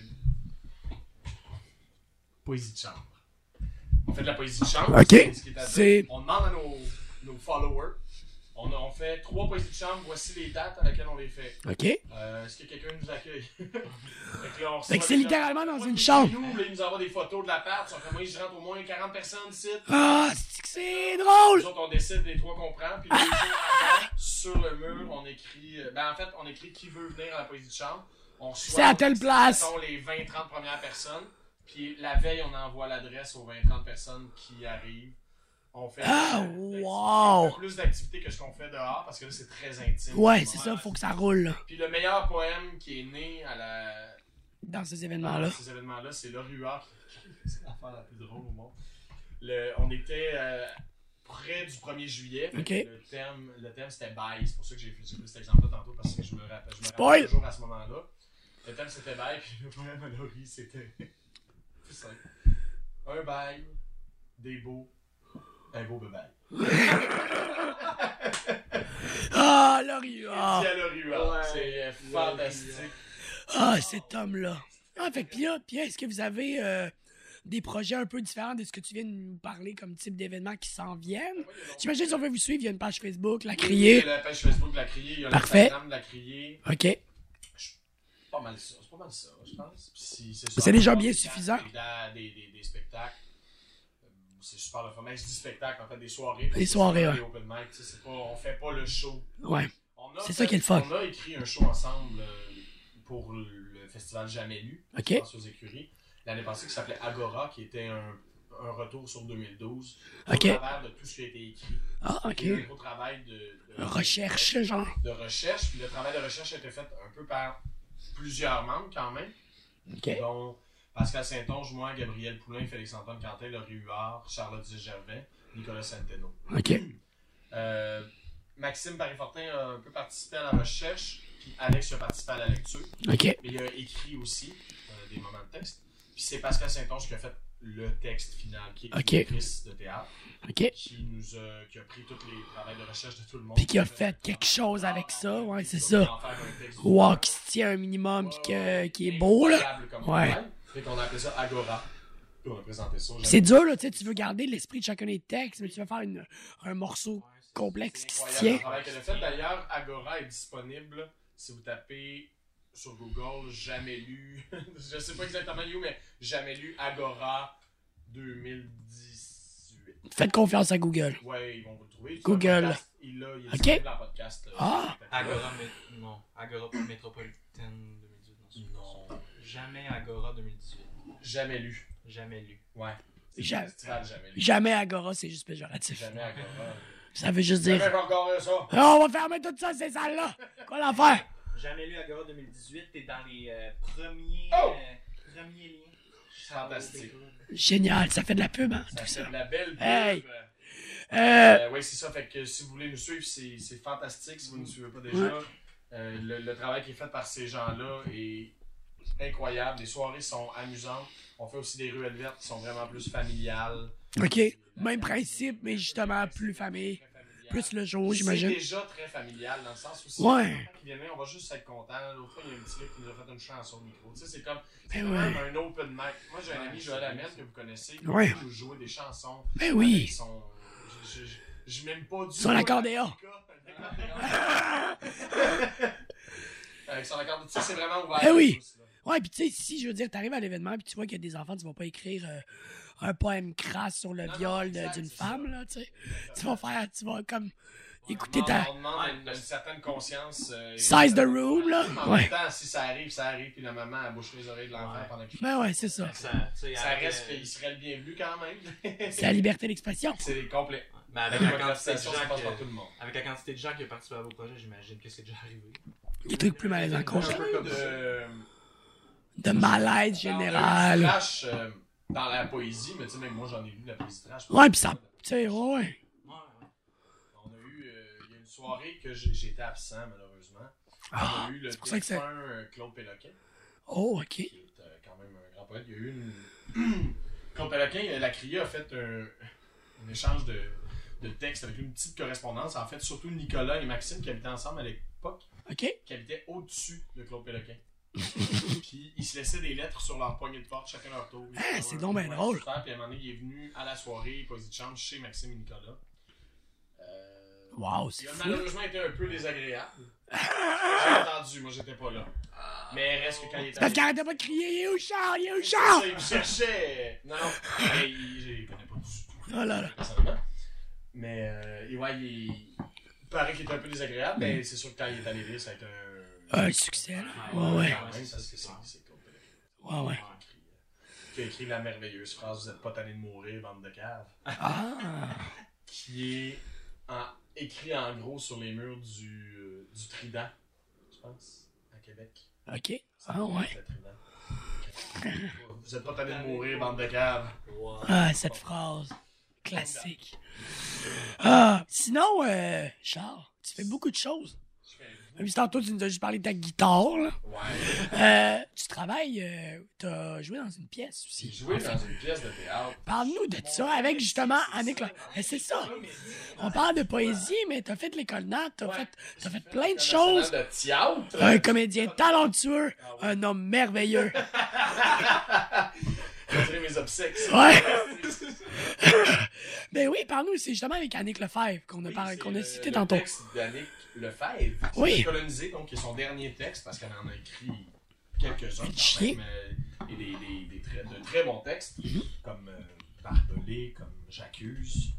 B: Poésie de chambre. On fait de la poésie de chambre.
A: Ok.
B: c'est ce qui est à dire.
A: C'est-
B: On demande à nos, nos followers. On, on fait trois poésies de chambre. Voici les dates à laquelle on les fait.
A: OK.
B: Euh, Est-ce que quelqu'un nous accueille? [LAUGHS] fait que, là, on reçoit
A: Fait que c'est
B: des-
A: littéralement dans
B: Moi,
A: une
B: chez
A: chambre.
B: Nous, là, ils nous envoient des photos de l'appart. Ils sont comme, moi, je rentre au moins 40 personnes ici.
A: Ah, c'est que c'est drôle!
B: Nous autres, on décide des trois qu'on prend. Puis deux jours avant, sur le mur, on écrit... euh, Ben, en fait, on écrit qui veut venir à la poésie de chambre. On reçoit...
A: C'est à telle place.
B: mettons, les 20-30 premières personnes. Puis la veille, on envoie l'adresse aux 20-30 personnes qui arrivent. on fait
A: Ah,
B: d'activités-
A: wow!
B: on fait plus d'activités que ce qu'on fait dehors parce que là, c'est très intime.
A: Ouais, c'est ça, faut que ça roule là,
B: Puis le meilleur poème qui est né à la,
A: dans ces événements-là.
B: ces événements-là, c'est le ruard. C'est l'affaire la plus drôle au monde. Le- on était euh, près du 1er juillet.
A: Ok.
B: Le thème, le thème c'était bail. C'est pour ça que j'ai fait, j'ai pris cet exemple-là tantôt parce que je me rappelle, je me
A: Spoil!
B: rappelle toujours à ce moment-là. Le thème c'était bail, puis le poème à Laurie c'était. [LAUGHS] tout simple. Un bail, des beaux, un beau bebail.
A: Ah, le
B: Ah.
A: ruard!
B: C'est le ruard.
C: Ouais.
B: C'est euh, fantastique.
A: Ah, cet homme-là! Ah, fait que puis là, puis là, est-ce que vous avez euh, des projets un peu différents de ce que tu viens de nous parler comme type d'événements qui s'en viennent? J'imagine si on veut vous suivre, il y a une page Facebook, la
B: Il y
A: criée.
B: a la page Facebook de la criée, il y a
A: Parfait.
B: l'Instagram de la criée.
A: Ok.
B: pas mal ça. C'est pas mal ça, je pense. Puis si-
A: C'est
B: ça,
A: déjà
B: on
A: bien
B: fait
A: suffisant.
B: Des, dans- des, des, des spectacles. Euh, C'est super le fun. Mais je dis spectacle, en fait, des soirées.
A: Des soirées, ouais.
B: Des open mic, tu sais, c'est pas, on fait pas le show.
A: Ouais.
B: On a
A: C'est
B: fait-
A: ça qui est le fun.
B: On a écrit un show ensemble euh, pour le festival Jamais Lu,
A: Ok.
B: qui se passe aux écuries, l'année passée, qui s'appelait Agora, qui était un, un retour sur 2012, au
A: Ok.
B: travers de tout ce qui a été écrit.
A: Ah, ok.
B: Il y a eu un gros travail de... de-
A: Recherche, genre.
B: de recherche. Puis le travail de recherche a été fait un peu par plusieurs membres quand même.
A: Ok.
B: dont Pascal Saint-Onge, moi, Gabriel Poulain, Félix-Antoine Quentin, Laurie Huard, Charlotte Gervais, Nicolas Centeno.
A: Ok.
B: Euh, Maxime Paris-Fortin a un peu participé à la recherche, puis Alex a participé à la lecture,
A: Ok.
B: mais il a écrit aussi euh, des moments de texte. Puis c'est Pascal Saint-Onge qui a fait le texte final, qui est
A: Ok.
B: une actrice de théâtre,
A: Ok.
B: qui, nous a, qui a pris tous les travaux de recherche de tout le monde.
A: Puis qui a fait quelque chose avec ça, ouais, c'est
B: Puis
A: ça.
B: en faire un texte.
A: Wow, qui se tient un minimum, puis que- qui est beau, là.
B: Incroyable comme
A: Ouais.
B: travail. Fait qu'on a appelé ça Agora. Puis on a présenté ça.
A: Puis C'est dur, là, tu sais, tu veux garder l'esprit de chacun des textes, mais tu veux faire une- un morceau complexe qui se
B: incroyable
A: tient.
B: le travail qu'elle a fait. D'ailleurs, Agora est disponible si vous tapez sur Google jamais lu. [LAUGHS] Je sais pas exactement où, mais jamais lu Agora 2018.
A: Faites confiance à Google.
B: Ouais, ils vont vous le trouver. C'est un
A: Google.
B: podcast. Il l'a, il est
A: Ok.
B: disponible en podcast. euh,
A: Ah.
B: sur Internet.
D: Agora, mé- non, Agora métropolitaine 2018. Non, c'est-
B: Non.
D: Jamais Agora 2018.
B: Jamais lu.
D: Jamais lu.
B: Ouais. C'est
A: Jamais.
B: festival jamais lu.
A: Jamais Agora, c'est juste péjoratif.
B: Jamais Agora.
A: Ça veut juste
B: Jamais
A: dire.
B: encore ça.
A: Ah, on va fermer tout ça, ces salles-là! Quoi l'affaire?
D: Jamais lu Agora 2018, t'es dans les euh, premiers,
B: Oh!
D: euh, premiers liens.
B: Fantastique.
A: Génial, ça fait de la pub, hein,
B: Ça
A: tout
B: fait
A: ça.
B: de la belle pub.
A: Hey.
B: Euh,
A: Euh,
B: oui, c'est ça. Fait que si vous voulez nous suivre, c'est c'est fantastique. Si vous ne nous suivez pas déjà, Euh, le, le travail qui est fait par ces gens-là est incroyable. Les soirées sont amusantes. On fait aussi des ruelles vertes qui sont vraiment plus familiales.
A: ok, même principe, mais justement plus famille. Plus le jour,
B: C'est
A: j'imagine.
B: déjà très familial dans le sens où si
A: Ouais.
B: les enfants qui viennent, on va juste être content. L'autre fois, il y a un petit gars qui nous a fait une chanson au micro. Tu sais, c'est comme c'est
A: Ben
B: vraiment un open mic. Moi, j'ai un ami, Joël Hamel, que vous connaissez, qui
A: Ouais.
B: nous jouer des chansons.
A: Ben oui.
B: avec son- Je, je, je- je m'aime pas du
A: Son
B: tout.
A: accordéon.
B: [LAUGHS] Avec son accordéon. Tu sais, c'est vraiment ouvert.
A: Ben oui.
B: à tous, là.
A: [LAUGHS] Ouais, puis tu sais, si je veux dire, t'arrives à l'événement, puis tu vois qu'il y a des enfants, tu vas pas écrire euh, un poème crasse sur le
B: Non, non,
A: viol de-
B: exact,
A: d'une
B: c'est ça.
A: femme, là, tu sais. Tu vas faire, tu vas comme écouter
B: On
A: ta.
B: demande- On demande une, une certaine conscience. euh, et-
A: Size the room, là.
B: En
A: Ouais.
B: même temps, si ça arrive, ça arrive, puis la maman, elle bouche les oreilles de l'enfant
D: Ouais.
B: pendant qu'il
A: Ben ouais, c'est ça.
D: Ça, tu sais,
B: Ça
D: avec,
B: reste
D: euh,
B: qu'il serait le bienvenu quand même. [LAUGHS]
A: C'est la liberté d'expression.
B: c'est complet.
D: Mais avec
B: La
D: la quantité de
B: démocratisation, ça
D: gens
B: passe par tout
D: que-
B: le monde.
D: avec la quantité de gens qui ont participé à vos projets, j'imagine que c'est déjà arrivé.
A: Des trucs plus malaisants qu'on
B: Un
A: ça.
B: peu comme de, euh,
A: De malaise général.
B: trash euh, dans la poésie, mais tu sais, même moi, j'en ai vu de la poésie trash.
A: Ouais, pis ça. Tu sais, ouais, ouais.
D: Ouais, ouais.
B: On a eu, euh, il y a une soirée que j'ai- j'étais absent, malheureusement. On
A: Ah,
B: a eu le
A: c'est pour ça que c'est-
B: défunt euh, Claude Péloquin,
A: Oh, ok.
B: qui est euh, quand même un grand poète. Il y a eu une... [CLEARS THROAT] Claude Péloquin, euh, la CRIA a fait un, un échange de, de textes avec une petite correspondance. En fait, surtout Nicolas et Maxime qui habitaient ensemble à l'époque.
A: Ok.
B: qui habitait au-dessus de Claude Péloquin. [LAUGHS] puis ils se laissaient des lettres sur leur poignée de porte, chacun leur tour.
A: Ah, c'est
B: Ouais,
A: donc ben
B: ouais,
A: drôle.
B: super. Puis à un moment donné, il est venu à la soirée poésie de chambre chez Maxime et Nicolas. Euh,
A: Wow, c'est
B: Il a
A: fou.
B: malheureusement été un peu désagréable. J'ai entendu, moi j'étais pas là. Mais reste que quand il était
A: Parce qu'il
B: arrivé-
A: arrêtait pas de crier, il est où Charles, il est où
B: ça,
A: Charles?
B: il me cherchait. Non, non. Mais il, je les connais pas tous
A: Oh là là.
B: personnellement. Mais euh, et ouais, il, il paraît qu'il était un peu désagréable, mais c'est sûr que quand il est allé lire, ça a été un.
A: Un succès, là. Ah, Ouais, ouais.
B: Quand même, parce que c'est- c'est compliqué.
A: Ouais, ouais.
B: euh, qui a écrit la merveilleuse phrase Vous êtes pas tanné de mourir, bande de cave,
A: Ah!
B: qui est en- écrit en gros sur les murs du, euh, du Trident, je pense, à Québec.
A: OK. Ah ouais.
B: Le Trident. Vous êtes pas tanné de mourir, bande de cave.
D: Wow.
A: Ah, cette phrase classique. Ah, sinon, euh, Charles, tu fais beaucoup de choses.
B: Je fais,
A: Même si tantôt, tu nous as juste parlé de ta guitare, là.
B: [LAUGHS] Ouais.
A: Euh, tu travailles, euh, t'as joué dans une pièce
B: J'ai
A: aussi.
B: joué dans une pièce de théâtre.
A: Parle-nous de ça avec justement Annick. Le- Eh, C'est ça. On parle de poésie, mais t'as fait de l'école nat, t'as
B: Ouais.
A: fait, t'as fait
B: J'ai
A: plein de
B: l'international
A: choses.
B: de théâtre. hein.
A: Un comédien talentueux, un homme merveilleux.
B: J'ai mes obsèques. [LAUGHS]
A: Ouais. Ben oui, parle-nous, c'est justement avec Annick Lefebvre qu'on a,
B: Oui,
A: par-
B: c'est
A: qu'on
B: le-
A: a cité
B: le
A: tantôt.
B: texte d'Annick Lefebvre. qui
A: Oui.
B: a colonisé, donc, qui est son dernier texte, parce qu'elle en a écrit quelques-uns, quand
A: Chier.
B: même, euh, et des, des- des très, de très bons textes,
A: Mm-hmm.
B: comme euh, Barbelé, comme J'accuse,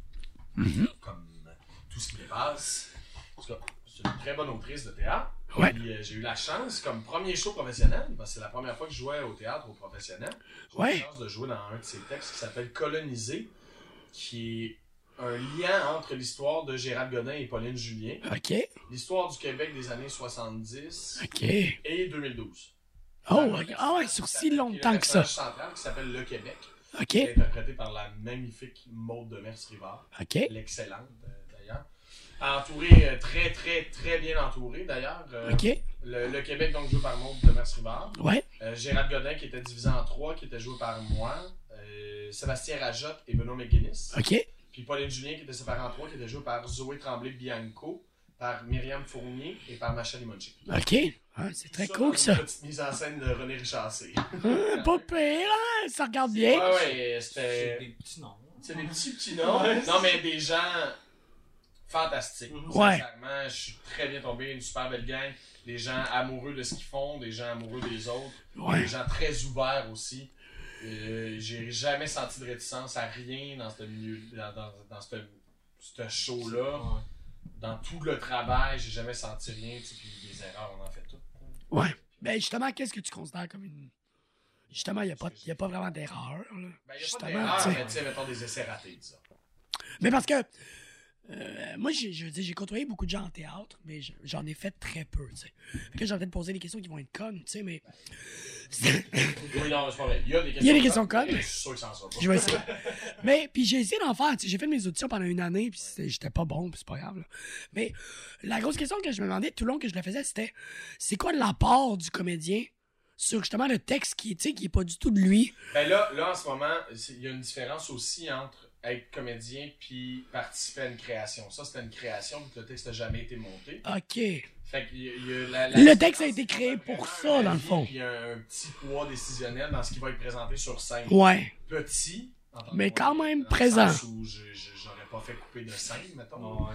A: Mm-hmm.
B: comme euh, Tout ce qui dépasse. En tout cas, C'est une très bonne autrice de théâtre.
A: Ouais.
B: Puis, euh, j'ai eu la chance, comme premier show professionnel, parce que c'est la première fois que je jouais au théâtre au professionnel, j'ai eu
A: Ouais.
B: la chance de jouer dans un de ses textes qui s'appelle Coloniser, qui est un lien entre l'histoire de Gérald Godin et Pauline Julien,
A: OK,
B: l'histoire du Québec des années 70
A: OK.
B: et 2012.
A: Oh, ok. ah ouais, sur si longtemps que
B: Le
A: ça.
B: personnage central qui s'appelle Le Québec,
A: OK,
B: qui est interprété par la magnifique Maude de Mers-Rivard,
A: OK.
B: l'excellente euh, d'ailleurs. Entourée, euh, très très très bien entourée d'ailleurs. Euh,
A: OK,
B: le, le Québec, donc joué par Maude de Mers-Rivard.
A: ouais.
B: Euh, Gérard Godin qui était divisé en trois, qui était joué par moi. Euh, Sébastien Rajotte et Benoît McGuinness.
A: OK,
B: Puis Pauline Julien qui était séparée en trois, qui était joué par Zoé Tremblay-Bianco, par Myriam Fournier et par Macha Limonchi.
A: OK. Ah, c'est très
B: dans
A: cool, ça. [LAUGHS]
B: Une petite mise en scène de René Richassé.
A: Ah, Pas pire, hein? Ça regarde
B: ouais,
A: bien.
B: ouais,
D: C'est
B: c'était.
D: des petits noms.
B: C'est des petits petits noms. non, mais des gens fantastiques.
A: Ouais.
B: Sincèrement, je suis très bien tombé, une super belle gang. Des gens amoureux de ce qu'ils font, des gens amoureux des autres.
A: Ouais.
B: Des gens très ouverts aussi. Euh, J'ai jamais senti de réticence à rien dans ce milieu, dans, dans, dans ce, ce show-là.
D: hein.
B: Dans tout le travail, j'ai jamais senti rien. tu sais, Puis des erreurs, on en fait toutes.
A: Ouais. Ben justement, qu'est-ce que tu considères comme une. Justement, il n'y a, pas- y a pas vraiment d'erreur, là.
B: Ben, y a pas
A: Justement,
B: d'erreurs,
A: tu sais.
B: mais tu sais, mettons des essais ratés, disons.
A: Mais parce que euh, moi, j'ai- je veux dire, j'ai côtoyé beaucoup de gens en théâtre, mais je- j'en ai fait très peu, tu sais. Fait que j'ai peut-être posé des questions qui vont être connes, tu
B: [LAUGHS]
A: sais, mais.
B: Oui, non, c'est pas vrai. Il y a des questions.
A: Il y a des questions
B: connes,
A: connes.
B: mais Je suis sûr que ça en sera pas.
A: Je vais essayer. Mais, puis j'ai essayé d'en faire. tu sais, J'ai fait mes auditions pendant une année, puis c'était- j'étais pas bon, puis c'est pas grave. là. Mais la grosse question que je me demandais tout le long que je la faisais, c'était c'est quoi l'apport du comédien sur justement le texte qui, tu sais, qui est pas du tout de lui?
B: Ben là, là, en ce moment, c'est- il y a une différence aussi entre être comédien puis participer à une création. Ça, c'était une création, vu que le texte n'a jamais été monté.
A: OK.
B: Fait qu'il y a- il y a la- la
A: Le
B: différence,
A: texte a été
B: c'est
A: créé
B: vraiment
A: pour
B: un
A: ça, dans le
B: avis,
A: fond.
B: Puis un, un petit poids décisionnel dans ce qui va être présenté sur scène.
A: Ouais.
B: Petit. en tant que
A: Oh. Mais
B: moi,
A: quand même
B: dans le
A: présent.
B: sens où je- je- J'aurais pas fait couper de scène, mettons.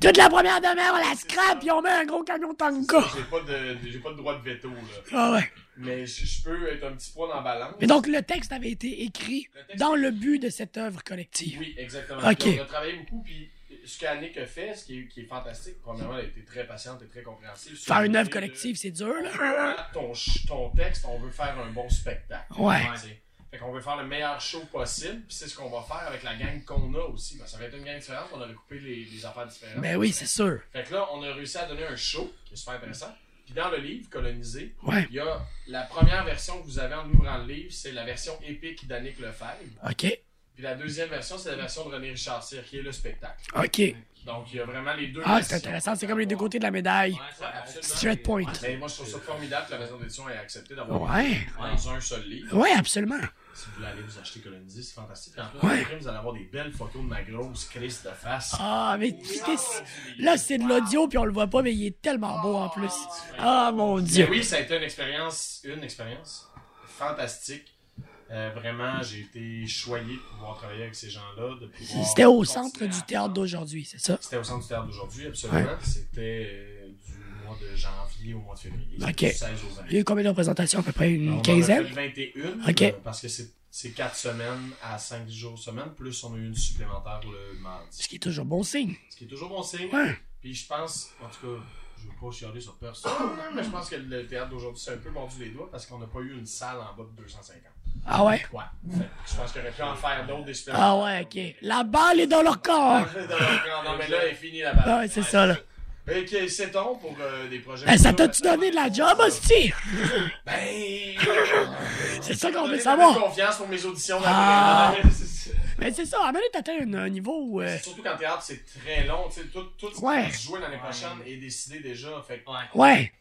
A: Toute la première demi-heure, on la scrape, puis on met un gros camion tango.
B: J'ai pas, de, j'ai pas de droit de veto, là.
A: Ah ouais.
B: Mais je, je peux être un petit poids dans la balance.
A: Mais donc, le texte avait été écrit
B: Le texte-
A: dans le but de cette œuvre collective.
B: Oui, exactement.
A: Ok.
B: Puis On a travaillé beaucoup, puis ce qu'Annick a fait, ce qui est, qui est fantastique, premièrement, elle a été très patiente et très compréhensive. sur
A: Faire une œuvre
B: l'idée de-
A: collective, c'est dur, là.
B: Ah, ton, ch- ton texte, on veut faire un bon spectacle.
A: Ouais.
B: Tu sais. Fait qu'on veut faire le meilleur show possible, puis c'est ce qu'on va faire avec la gang qu'on a aussi. Parce que ça va être une gang différente, on aurait coupé les, les affaires différentes.
A: Ben oui, c'est sûr.
B: Fait que là, on a réussi à donner un show, qui est super intéressant. Puis dans le livre, Colonisé,
A: Ouais.
B: il y a la première version que vous avez en ouvrant le livre, c'est la version épique d'Annick Lefebvre.
A: OK.
B: Puis la deuxième version, c'est la version de René Richard Cyr, qui est le spectacle.
A: OK.
B: Donc, il y a vraiment les deux.
A: Ah, c'est
B: versions.
A: intéressant. C'est comme les deux côtés de la médaille. Straight point.
B: Mais moi, je trouve ça formidable que la maison d'édition ait accepté d'avoir
A: Ouais.
B: dans un seul livre.
A: Ouais, absolument.
B: Si vous voulez aller vous acheter Colonisé, c'est fantastique. En plus,
A: Ouais.
B: après, vous allez avoir des belles photos de ma grosse crise de face.
A: Ah, mais qu'est-ce- là, c'est de l'audio, puis on le voit pas, mais il est tellement beau en plus. Ah, mon
B: Mais
A: Dieu.
B: oui, ça a été une expérience, une expérience fantastique. Euh, vraiment, j'ai été choyé de pouvoir travailler avec ces gens-là. de pouvoir
A: C'était au
B: continuer
A: centre du
B: à
A: théâtre d'aujourd'hui, c'est ça?
B: C'était au centre du théâtre d'aujourd'hui, absolument.
A: Ouais.
B: C'était euh, du mois de janvier au mois de février.
A: Ok.
B: C'était Du 16 au 20.
A: Il y a eu combien de représentations? À peu près
B: On en
A: une
B: a
A: quinzaine?
B: fait 21,
A: Ok.
B: euh, parce que c'est c'est 4 semaines à 5 jours semaine, plus on a eu une supplémentaire le mardi.
A: Ce qui est toujours bon signe.
B: Ce qui est toujours bon signe.
A: Ouais.
B: Puis je pense, en tout cas, je veux pas chialer sur [COUGHS] personne, mais je pense que le théâtre d'aujourd'hui s'est un peu mordu les doigts parce qu'on n'a pas eu une salle en bas de 250.
A: Ah ouais?
B: Ouais. Fait que Je pense qu'il aurait pu en faire d'autres des suppléments.
A: Ah ouais, ok. La balle est dans leur corps!
B: [LAUGHS] Non, mais là, elle est finie la balle.
A: Ah ouais, c'est ça, là.
B: Ok, c'est ton pour euh, des projets.
A: Eh, ça t'a-tu donné de la job, hostie? [LAUGHS]
B: Ben.
A: C'est ça qu'on veut
B: Donnez-moi
A: savoir.
B: confiance pour mes auditions.
A: Ah.
B: d'après. C'est-
A: Mais c'est ça, à un moment donné, t'atteins un, un niveau où... euh,
B: Surtout qu'en théâtre, c'est très long. tu sais, tout, tout ce
A: Ouais.
B: qui va se jouer l'année prochaine est décidé déjà. Fait que,
A: Ouais,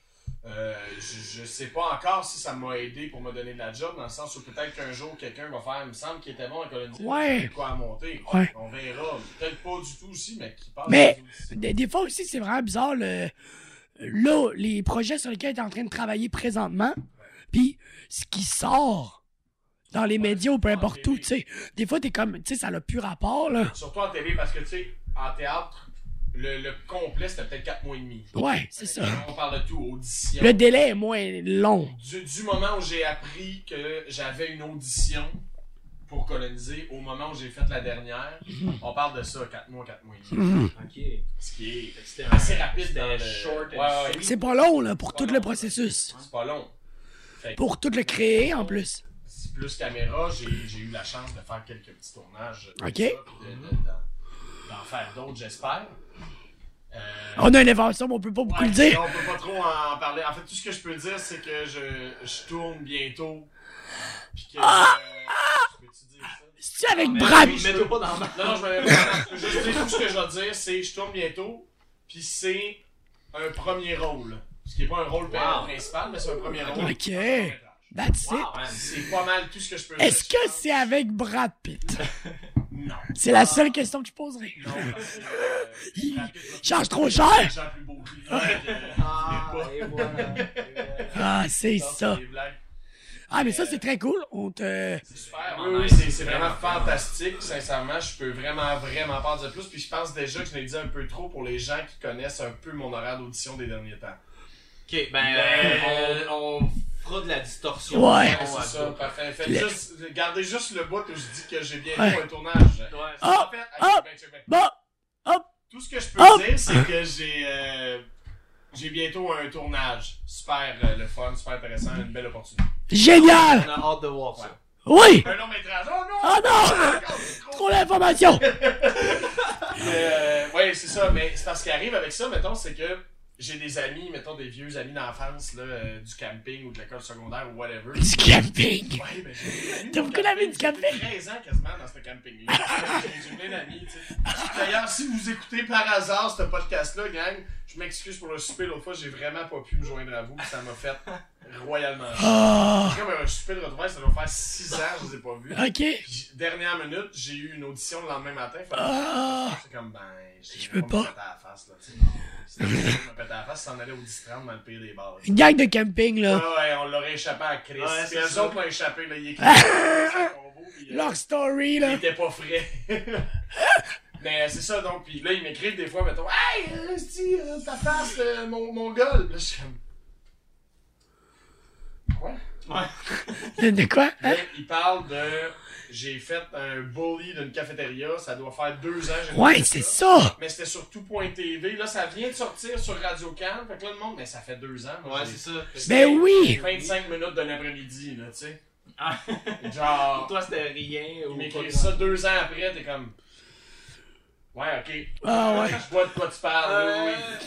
B: euh, je, je sais pas encore si ça m'a aidé pour me donner de la job, dans le sens où peut-être qu'un jour, quelqu'un va faire, il me semble qu'il était bon à Colombie.
A: Ouais.
B: Quoi à monter.
A: Ouais.
B: On verra. Peut-être pas du tout aussi, mais qui passe.
A: Mais-
B: dans une autre-
A: des, des fois aussi, c'est vraiment bizarre, le, là, les projets sur lesquels t'es en train de travailler présentement, puis ce qui sort dans les médias ou peu importe où, tu sais, des fois, t'es comme, tu sais, ça a plus rapport, là.
B: Surtout en télé, parce que tu sais, en théâtre, le, le complet, c'était peut-être 4 mois et demi.
A: Ouais, c'est ça.
B: On parle de tout, audition.
A: Le délai est moins long.
B: du, du moment où j'ai appris que j'avais une audition pour coloniser, au moment où j'ai fait la dernière, on parle de ça, 4 mois, 4 mois et demi.
C: Ok.
B: Ce qui est
C: Fait que C'était
B: assez rapide dans
C: C'était
B: le...
C: short and
B: Ouais, ouais,
C: sweet.
A: C'est pas long, là, pour tout le processus.
B: C'est pas long.
A: Pour tout le créer, en plus.
B: C'est Plus caméra, j'ai j'ai eu la chance de faire quelques petits tournages. comme
A: Ok.
B: ça, puis de- de- D'en d'en faire d'autres, j'espère. Euh,
A: On a une invention, mais on peut pas beaucoup
B: Ouais,
A: le dire.
B: On peut pas trop en parler. En fait, tout ce que je peux dire, c'est que je, je tourne bientôt. Puis que.
A: Ah!
B: euh, peux-tu dire ça?
A: C'est
D: Ah,
A: avec
C: Mais-
A: Brad.
C: mais- Mets-toi pas dans le
B: Non, non, je me. je veux juste dire, tout ce que je vais dire, c'est je tourne bientôt. Puis c'est un premier rôle. Ce qui est pas un rôle
C: Wow.
B: principal, mais c'est un premier rôle.
A: Ok. That's it.
C: Wow, man.
B: C'est pas mal tout ce que je peux dire.
A: Est-ce que
B: je pense.
A: c'est avec Brad Pitt?
B: Non.
A: C'est la seule question que je poserai.
B: Non, parce que. euh,
A: Il
B: la pute va plus-
A: charge trop cher.
B: Charge plus beau que lui, donc, euh,
D: [LAUGHS]
C: Ah,
B: il est pas-
C: et voilà. et voilà.
A: Ah, c'est
B: Non, c'est
A: ça.
B: des blagues.
A: Ah, mais ça, c'est très cool. On te...
B: C'est super.
C: vraiment
B: Oui, oui,
C: nice.
B: c'est c'est vraiment fantastique. Sincèrement, je peux vraiment, vraiment pas en dire plus. Puis je pense déjà que je l'ai dit un peu trop pour les gens qui connaissent un peu mon horaire d'audition des derniers temps.
D: Ok, ben,
B: Ben,
D: euh, on, on fera de la distorsion.
A: Ouais.
B: Ouais,
D: On-
B: c'est ça, parfait. Faites
A: Le-
B: juste, gardez juste le bout où je dis que j'ai bien
A: Ouais.
B: fait un tournage.
C: Ouais.
A: Ah,
B: En fait,
A: ah.
B: ok, ben, check, ben.
A: Bon,
B: Tout ce que je peux
A: Ah.
B: dire, c'est que j'ai euh, j'ai bientôt un tournage. Super euh, le fun, super intéressant, une belle opportunité.
D: On
A: génial!
D: a hâte de voir ça.
A: Oui!
B: Un long métrage. Oh non!
A: Ah
B: [LAUGHS]
A: non! Trop d'informations!
B: Euh, ouais, c'est ça, mais c'est parce qu'il arrive avec ça, mettons, c'est que j'ai des amis, mettons, des vieux amis d'enfance, là, euh, du camping ou de l'école secondaire ou whatever.
A: Du camping!
B: Ouais, ben j'ai des amis
A: T'as
B: du
A: beaucoup d'amis du camping?
B: J'ai 13 ans quasiment dans ce camping-là. J'ai- J'ai plein d'amis, tu sais. D'ailleurs, si vous écoutez par hasard ce podcast-là, gang, je m'excuse pour le souper l'autre fois, j'ai vraiment pas pu me joindre à vous, puis ça m'a fait royalement. chier.
A: Ah!
B: Comme un souper de retrouvailles, ça doit faire 6 ans, je les ai pas vus.
A: Ok!
B: Puis, dernière minute, j'ai eu une audition le lendemain matin. Fait que
A: Ah.
B: C'est comme, ben, j'ai
A: Je peux
B: me
A: pas.
B: péter à la face, là, tu sais. C'est-
A: [LAUGHS]
B: Je me péter à la face, s'en allait au 10-30 dans le pire des bars. là.
A: Une gang de camping,
B: Ouais,
A: là.
B: ouais, on l'aurait échappé à Chris.
C: Ouais,
B: Puis
C: c'est
B: eux
C: ça.
B: autres l'ont échappé, là. Il est
A: [LAUGHS]
B: Là,
A: Leur story,
B: euh, il
A: là.
B: était pas frais. [LAUGHS] Mais euh, c'est ça, donc, puis là, ils m'écrivent des fois, mettons, Hey, euh, esti, euh, ta face, euh, mon, mon gars. Là, je suis comme. Quoi?
A: De- De quoi? Hein?
B: Là, ils parlent de. J'ai fait un bully d'une cafétéria, ça doit faire deux ans. que j'ai pas
A: Ouais,
B: fait
A: c'est ça!
B: Mais c'était sur tout.tv. Là, ça vient de sortir sur Radio Can. Fait que là, le monde, mais ça fait deux ans. moi,
D: [LAUGHS] Ouais,
B: j'ai-
D: c'est ça. Fait
A: [LAUGHS]
D: que-
A: Ben oui!
B: 25 minutes de l'après-midi, là, tu sais.
D: Ah.
B: [LAUGHS]
D: Pour
B: Genre,
D: toi, c'était rien.
B: ils
D: Ou pas
B: m'écrivent
D: grand-
B: ça deux ans après, t'es comme. Ouais, ok.
A: Ah ouais.
B: Je vois de quoi tu parles, oui, oui.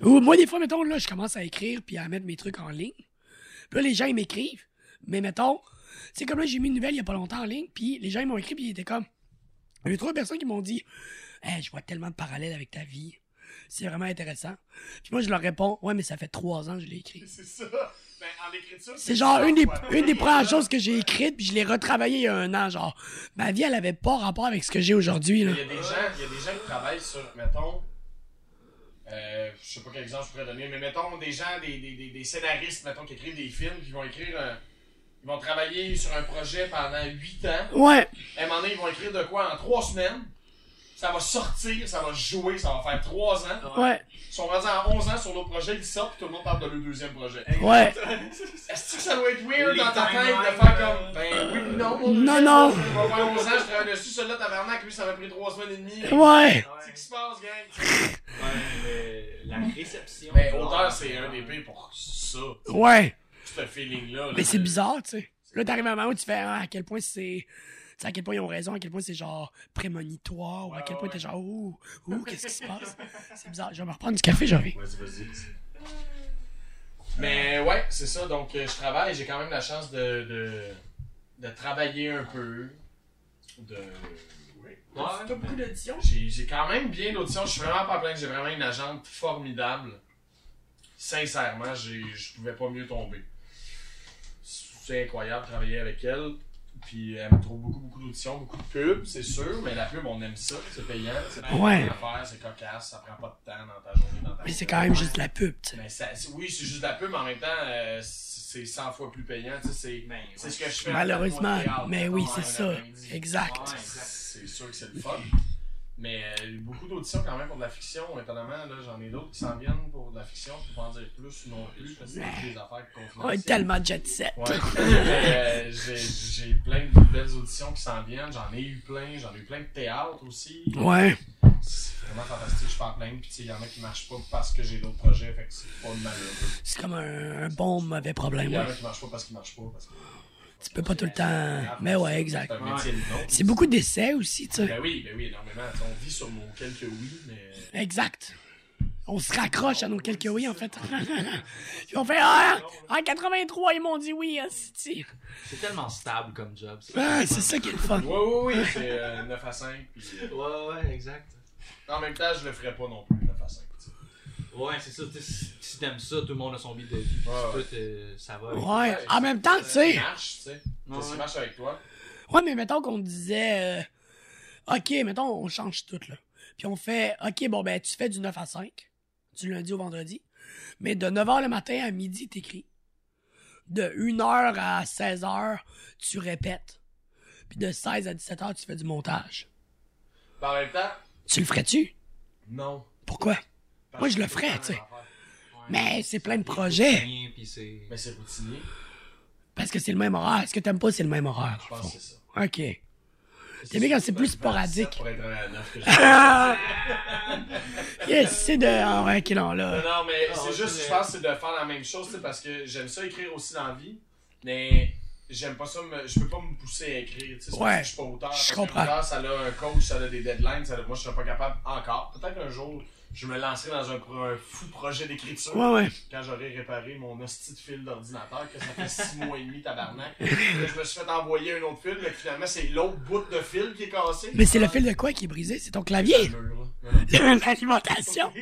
D: [LAUGHS]
A: Ou moi, des fois, mettons, là, je commence à écrire puis à mettre mes trucs en ligne. Puis là, les gens, ils m'écrivent. Mais mettons, tu sais, comme là, j'ai mis une nouvelle il y a pas longtemps en ligne, puis les gens, ils m'ont écrit, puis ils étaient comme. Il y a eu trois personnes qui m'ont dit Hey, je vois tellement de parallèles avec ta vie. C'est vraiment intéressant. Puis moi, je leur réponds Ouais, mais ça fait trois ans que je l'ai écrit.
B: C'est ça. Ben, en écriture.
A: C'est genre une des,
B: Ouais.
A: une des premières choses que j'ai écrites, puis je l'ai retravaillée il y a un an. Genre, ma vie, elle avait pas rapport avec ce que j'ai aujourd'hui. là.
B: Il y a des gens, il y a des gens qui travaillent sur, mettons, euh, je sais pas quel exemple je pourrais donner, mais mettons des gens, des, des, des, des scénaristes, mettons, qui écrivent des films, qui vont écrire un- Ils vont travailler sur un projet pendant 8 ans.
A: Ouais,
B: À un moment donné, ils vont écrire de quoi en 3 semaines. Ça va sortir, ça va jouer, ça va faire 3 ans.
A: ouais,
B: Ils sont rendus à 11 ans sur l'autre projet, ils sortent, puis tout le monde parle de leur deuxième projet.
A: ouais.
B: Est-ce que ça doit être weird
C: Les
B: dans ta tête de
C: timelines,
B: faire comme. Ben oui, pis non, mon
A: Non,
B: deuxième
A: non.
B: projet, Ça va faire 11 ans, je travaille dessus, celui-là, tabarnak, lui, ça m'a pris 3 semaines et demie.
A: Ouais.
B: C'est
C: Ouais.
B: qui se passe, gang?
C: Ouais, le- la réception.
B: Ben, Mais auteur, c'est un des pires pour ça,
A: Ouais.
B: ce feeling-là. là.
A: Mais c'est bizarre, tu sais.
B: C'est
A: Là, t'arrives à un moment où tu fais ah, à quel point c'est. tu sais, à quel point ils ont raison, à quel point c'est genre prémonitoire, ou à
B: Ouais,
A: quel point
B: ouais.
A: t'es genre, ouh, ouh, qu'est-ce qui se
B: [LAUGHS]
A: passe? C'est bizarre. Je vais me reprendre du café, j'en reviens.
B: Vas-y, vas-y. Mais ouais, c'est ça. Donc, euh, je travaille. J'ai quand même la chance de, de, de travailler un peu. De... Ouais,
A: beaucoup d'auditions?
B: J'ai j'ai quand même bien l'audition. Je suis vraiment pas plein. J'ai vraiment une agente formidable. Sincèrement, j'ai- je pouvais pas mieux tomber. C'est incroyable de travailler avec elle. Puis elle me trouve beaucoup, beaucoup d'auditions, beaucoup de pubs, c'est sûr. Mais la pub, on aime ça. C'est payant. C'est pas
A: Ouais.
B: une bonne affaire, C'est cocasse. Ça prend pas de temps dans ta journée. Dans ta
A: Mais c'est
B: semaine.
A: quand même juste de la pub, tu sais.
B: Mais ça- c'est- oui, c'est juste de la pub, mais en même temps, euh, c'est 100 fois plus payant. tu sais, C'est
D: Ben,
B: c'est
D: ouais.
B: ce que je fais.
A: Malheureusement,
B: en théâtre,
A: mais
B: mettons,
A: oui,
B: hein,
A: c'est ça.
B: l'après-midi.
A: Exact.
B: Ouais, C'est sûr que c'est le fun. Mais euh, beaucoup d'auditions quand même pour de la fiction. Étonnamment, là, j'en ai d'autres qui s'en viennent pour de la fiction. Je peux pas en dire plus non plus, parce que c'est des affaires
A: On est
B: confidentielles.
A: tellement jet set.
B: Ouais. [LAUGHS] Mais, euh, j'ai- J'ai plein de belles auditions qui s'en viennent. J'en ai eu plein. J'en ai eu plein de théâtre aussi.
A: Ouais.
B: C'est vraiment fantastique. Je parle plein. Puis, tu sais, il y en a qui marchent pas parce que j'ai d'autres projets. Fait que c'est pas malheureux.
A: C'est comme un, un bon mauvais
B: Il
A: problème.
B: y en
A: ouais.
B: a qui marchent pas parce qu'ils marchent pas. Parce que
A: Tu peux pas tout le temps. Mais ouais, exact.
B: C'est un métier, le nôtre.
A: C'est beaucoup d'essais aussi, tu sais.
B: Ben oui, ben oui, énormément. Tu sais, On vit sur nos quelques oui, mais.
A: Exact. On se raccroche à nos quelques oui, en fait. [LAUGHS] Puis on fait Ah! En 83, ils m'ont dit oui, hein, si,
D: C'est tellement stable comme job. ça.
B: [LAUGHS]
A: ah, C'est ça qui est le fun.
B: Oui, oui, oui, c'est euh, 9 à 5. Puis, euh,
D: Ouais, ouais, exact.
B: en même temps, je le ferais pas non plus, 9 à 5. tu sais.
D: Ouais, c'est ça. tu sais, Si si t'aimes ça, tout le monde a son beat de vie.
B: Ouais, ouais.
D: Tout, euh, ça va.
A: Ouais. En même temps, Ah, tu sais.
B: Ça marche, tu sais. Qu'est-ce qui
D: ouais.
B: marche avec toi?
A: Ouais, mais mettons qu'on disait, euh, OK, mettons, on change tout, là. Puis on fait, OK, bon, ben, tu fais du 9 à 5, du lundi au vendredi, mais de 9h le matin à midi, t'écris. De 1h à 16h, tu répètes. Puis de 16 à 17h, tu fais du montage.
B: Ben, en même temps,
A: Tu le ferais-tu?
B: non.
A: Pourquoi?
B: Parce
A: Moi, je
B: que
A: le
B: c'est
A: ferais,
B: pas la
A: tu sais.
B: même affaire.
A: Mais c'est plein de projets,
D: Rien, puis c'est.
B: Mais c'est routinier,
A: parce que c'est le même horaire. Est-ce que t'aimes pas, c'est le même horaire?
B: je
A: dans le
B: pense
A: fond?
B: que c'est ça.
A: OK. [LAUGHS] C'est bien quand c'est plus sporadique.
B: Pour être à
A: [LAUGHS]
B: 9 que je-
A: Ah! Yes, c'est de... Ah ouais, ok, non, là.
B: Non, non, mais
D: Ah,
B: c'est
D: ouais,
B: juste,
D: c'est
B: je
D: vrai.
B: pense, que c'est de faire la même chose, tu sais, parce que j'aime ça écrire aussi dans la vie, mais j'aime pas ça, me- je peux pas me pousser à écrire, tu sais, c'est parce
A: Ouais,
B: que je suis pas auteur.
A: je
B: Parce que
A: comprends.
B: Auteur, ça a un coach, ça a des deadlines, ça a- moi je serais pas capable encore. Peut-être un jour, je me lancerai dans un, pro- un fou projet d'écriture.
A: Ouais, ouais.
B: Quand j'aurai réparé mon hostie de fil d'ordinateur, que ça fait six [LAUGHS] mois et demi, tabarnak. Là, je me suis fait envoyer un autre fil, mais finalement, c'est l'autre bout de fil qui est cassé.
A: Mais c'est le fil de quoi qui est brisé? C'est ton
B: Le [LAUGHS]
A: clavier?
B: mur, là.
A: L'alimentation?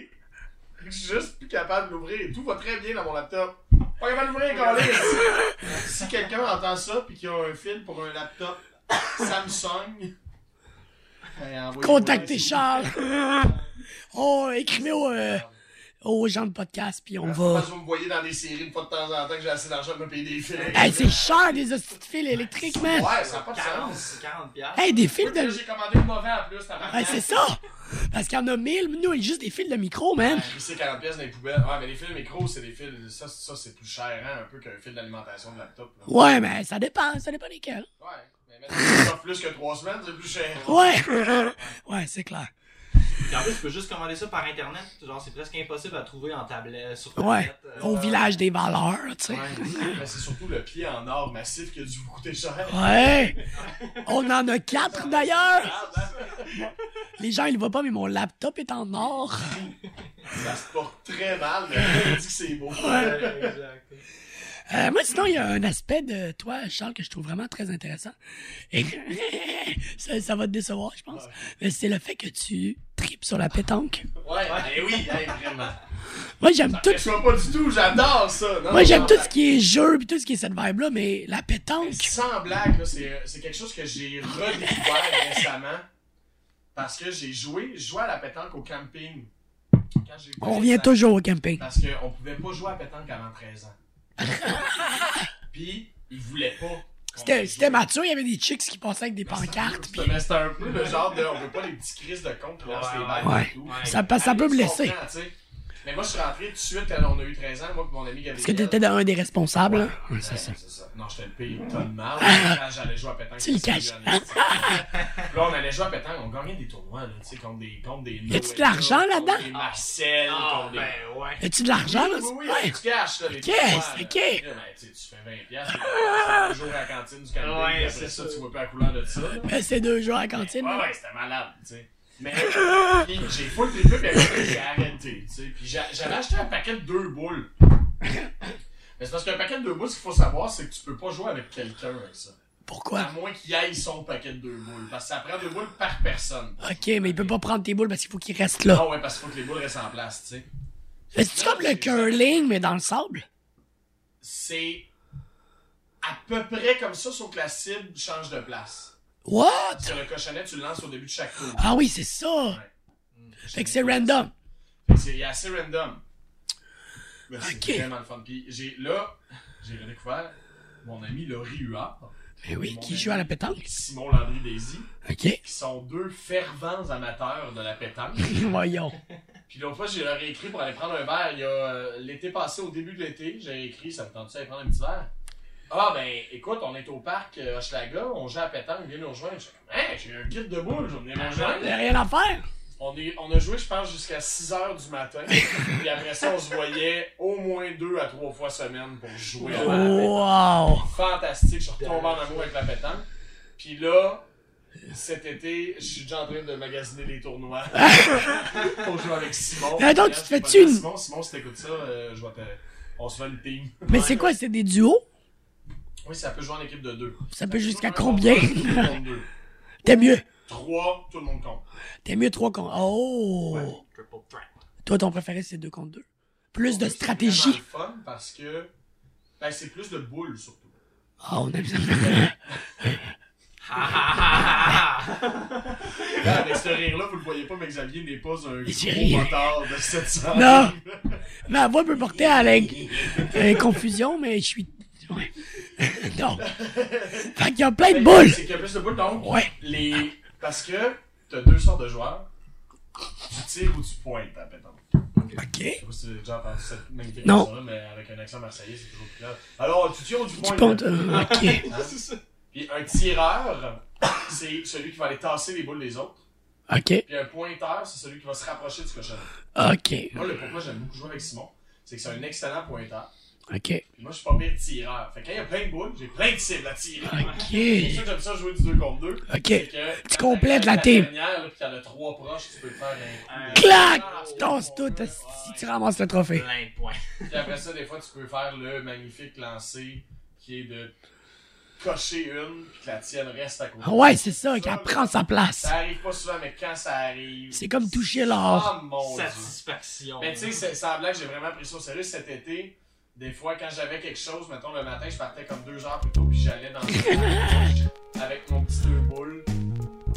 B: Je suis juste plus capable de l'ouvrir. Tout va très bien dans mon laptop. Pas capable
A: [LAUGHS]
B: d'ouvrir, câlisse. Si quelqu'un entend ça puis qu'il a un fil pour un laptop Samsung, eh, envoyez-moi-
A: Contactez Charles! [LAUGHS] oh, écrivez au, euh, aux gens de podcast, puis on
B: Je pense
A: va...
B: que vous me voyez dans des séries une fois de temps en temps que j'ai assez d'argent pour me payer des fils.
A: Hey, c'est cher des hosties de fils électriques, man!
B: Ouais, ça n'a pas de
D: 40,
B: sens.
D: 40 piastres.
A: Hey, des fils
B: Là,
A: de...
B: J'ai commandé le mauvais en plus, tabarnak.
A: Hey, c'est ça! Parce qu'il y en a mille, mais nous, il y a juste des fils de micro, man!
B: C'est 40 pièces dans les poubelles. Ouais, mais les fils micro, c'est des fils. Ça, ça c'est plus cher, hein, un peu qu'un fil d'alimentation de laptop. là.
A: Ouais, mais ça dépend, ça dépend desquels.
B: Ouais, mais mettre ça plus que 3 semaines, c'est plus cher.
A: Ouais! [LAUGHS] ouais, c'est clair.
D: Puis en plus, tu peux juste commander ça par internet. Genre, c'est presque impossible à trouver en tablette, sur
A: Ouais,
D: tablette. euh,
A: au village des valeurs, tu sais.
B: Ouais, mais Bah, c'est surtout le pied en or massif qui a dû vous coûter cher.
A: Ouais! On en a quatre, d'ailleurs! Les gens, ils le voient pas, mais mon laptop est en or.
B: Ça se porte très mal, mais on dit que c'est beau.
D: ouais,
B: [LAUGHS]
D: exact.
A: Euh, moi, sinon, il y a un aspect de toi, Charles, que je trouve vraiment très intéressant. Et [LAUGHS] ça, ça va te décevoir, je pense. Mais c'est le fait que tu tripes sur la pétanque.
B: Ouais, eh oui, eh, vraiment.
A: Moi, j'aime tout.
B: Je vois pas du tout, j'adore ça. Non,
A: Moi, j'aime
B: non,
A: tout
B: non.
A: ce qui est jeu puis tout ce qui est cette vibe-là, mais la pétanque.
B: Sans blague, là, c'est, euh, c'est quelque chose que j'ai redécouvert récemment. Parce que j'ai joué, je jouais à la pétanque au camping. Quand j'ai-
A: On revient toujours au camping.
B: Parce qu'on pouvait pas jouer à pétanque avant
A: [LAUGHS]
B: 13 ans. Puis, ils voulaient pas. qu'on
A: C'était
B: joue.
A: c'était mature, il y avait des chicks qui passaient avec des pancartes. puis-
B: Mais c'était un peu le genre de. On veut pas les petits crises de con qui lancent les
D: Ouais,
B: balles
A: ouais.
B: et tout.
D: Ouais.
A: Ça, peut- ça peut
B: Allez, tu
A: blesser.
B: comprends, tu sais. Mais moi, je suis rentré tout de suite, quand on a eu 13 ans, moi et mon ami Gabriel.
A: Est-ce que t'étais dans un des responsables?
B: Ouais,
A: hein? Ouais, c'est ça.
B: Non, j'étais le pire tas de
A: [LAUGHS]
B: mal. Quand j'allais jouer à pétanque,
A: Tu le
B: c'était
A: caches.
B: le dernier, tu sais. Là, on allait jouer à pétanque, on gagnait des tournois, là, tu sais, contre des. Contre des
A: Y a-tu de l'argent là-dedans?
B: Contre des Marcel,
C: Ah,
B: contre des.
C: ben ouais.
A: As-tu de l'argent, là?
B: Oui, oui,
A: Ouais.
B: tu caches, là, les
A: Ok,
B: tournois,
A: c'est
B: là.
A: ok.
B: Là, ben, tu sais, tu fais 20$, piastres, tu fais deux jours à la cantine du Canada,
C: Ouais,
B: et après
C: c'est
B: ça,
C: ça.
B: tu vois pas la couleur de ça. là.
A: Ben, c'est deux jours à la cantine.
B: Ah Ouais, ouais, c'était malade, tu sais. Mais puis j'ai full trippé, puis après, j'ai arrêté, tu sais. Puis j'a- j'avais acheté un paquet de deux boules. Mais c'est parce qu'un paquet de deux boules, ce qu'il faut savoir, c'est que tu peux pas jouer avec quelqu'un avec ça. À
A: Pourquoi?
B: moins qu'il aille son paquet de deux boules. Parce que ça prend deux boules par personne.
A: Ok, mais il peut pas prendre tes boules parce qu'il faut qu'il reste là.
B: Ah ouais, parce qu'il faut que les boules restent en place, tu sais.
A: Mais C'est comme le curling, mais dans le sable.
B: C'est à peu près comme ça, sauf que la cible change de place.
A: What?
B: Sur le cochonnet, tu le lances au début de chaque tour.
A: Ah oui, c'est ça. Fait que c'est random.
B: Fait que c'est assez random. Mais
A: Ok.
B: C'est vraiment le fun. Puis j'ai là, j'ai redécouvert mon ami Laurie Huard,
A: Mais oui, qui joue à la pétanque?
B: Simon Landry Daisy,
A: Ok. [LAUGHS]
B: qui sont deux fervents amateurs de la pétanque.
A: Voyons.
B: Puis l'autre fois, j'ai leur ai écrit pour aller prendre un verre. Il y a euh, l'été passé, au début de l'été, j'ai écrit, ça me tente-tu d'aller prendre un petit verre? Ah ben, écoute, on est au parc euh, Hochelaga, on joue à la pétanque, viens nous rejoindre. J'ai comme, Hey, j'ai un kit de boules, je venais nous rejoindre.
A: J'ai rien à faire.
B: On, est- on a joué, je pense, jusqu'à 6 heures du matin. puis après ça, on se voyait au moins deux à trois fois semaine pour jouer à la pétanque.
A: Wow.
B: Fantastique. Je suis retombé en amour avec la pétanque. Puis là, cet été, je suis déjà en train de magasiner les tournois pour jouer avec Simon.
A: Ah, donc,
B: Puis,
A: tu te
B: je
A: fais-tu
B: pas
A: une-
B: dire, Simon, Simon, si t'écoutes ça, euh, je vais te... on se fait une team.
A: Mais c'est quoi, c'est des duos?
B: Oui, ça peut jouer en équipe de deux.
A: Ça peut jusqu'à
B: Tout le monde
A: combien? [LAUGHS]
B: compte, tout le monde deux.
A: T'es mieux.
B: Trois, tout le monde compte.
A: T'es mieux trois contre. Oh.
C: Triple threat.
A: Toi, ton préféré, c'est deux contre deux. Plus de
B: C'est
A: stratégie.
B: vraiment le fun parce que ben, c'est plus de boules surtout.
A: Ah, on aime ça. [LAUGHS]
B: Ah, avec ce rire-là, vous le voyez pas, mais Xavier n'est pas un
A: J'ai
B: gros
A: ri.
B: motard de 700.
A: Non. Ma voix peut porter à la euh, confusion, mais je suis. Ouais. [LAUGHS] non. Fait qu'il y a plein de boules.
B: C'est qu'il y a plus de boules, donc.
A: Ouais.
B: Les... Parce que t'as deux sortes de joueurs. Tu tires ou tu pointes à la pétanque. Je
A: Ok.
B: sais pas si t'as déjà entendu cette même
A: Non.
B: là mais avec un accent marseillais, c'est toujours plus clair. Alors, tu tires ou tu
A: Tu
B: pointes?
A: penses. euh, ok.
B: [LAUGHS] C'est ça. Puis un tireur, c'est celui qui va aller tasser les boules des autres.
A: Ok.
B: Puis un pointeur, c'est celui qui va se rapprocher du cochon.
A: Ok.
B: Moi, le pourquoi j'aime beaucoup jouer avec Simon, c'est que c'est un excellent pointeur.
A: Ok.
B: Puis moi, je suis pas pire tireur. Fait que quand il y a plein de boules, j'ai plein de cibles à tirer. C'est pour ça
A: Ah, Ok. Ah,
B: que j'aime ça jouer du 2 contre 2.
A: Ok. Tu complètes la team.
B: dernière, là, puis t'en as trois proches, tu peux faire un. un-
A: Clac!
B: Ah,
A: Tu tasses tout
B: ouais.
A: si tu ramasses le trophée.
C: Plein de points.
B: Puis après ça, des fois, tu peux faire le magnifique lancer qui est de cocher une, puis que la tienne reste à côté.
A: Ah Ouais, c'est ça, qu'elle prend sa place.
B: Ça arrive pas souvent, mais quand ça arrive.
A: C'est comme toucher l'or.
B: Ah mon dieu!
C: Satisfaction.
B: Mais tu sais, c'est- sans blague, j'ai vraiment pris ça au sérieux cet été. Des fois, quand j'avais quelque chose, mettons le matin, je partais comme deux heures plus tôt, puis j'allais dans le avec mon petit deux boules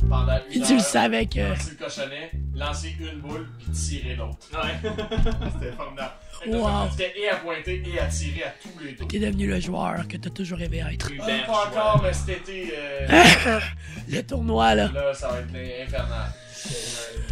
B: pendant une
A: Puis
B: heure.
A: tu le savais que.
B: Lancer le cochonnet, lancer une boule, puis tirer l'autre. [LAUGHS]
D: [LAUGHS]
B: C'était formidable. Fait que là,
A: Wow.
B: ça me pratiquait et à pointer et à tirer à tous les tours.
A: T'es devenu le joueur que t'as toujours rêvé être.
B: Ah, pas encore,
A: Hein?
B: mais cet été, euh,
A: Le tournoi, là.
B: là, ça va être infernal. Euh,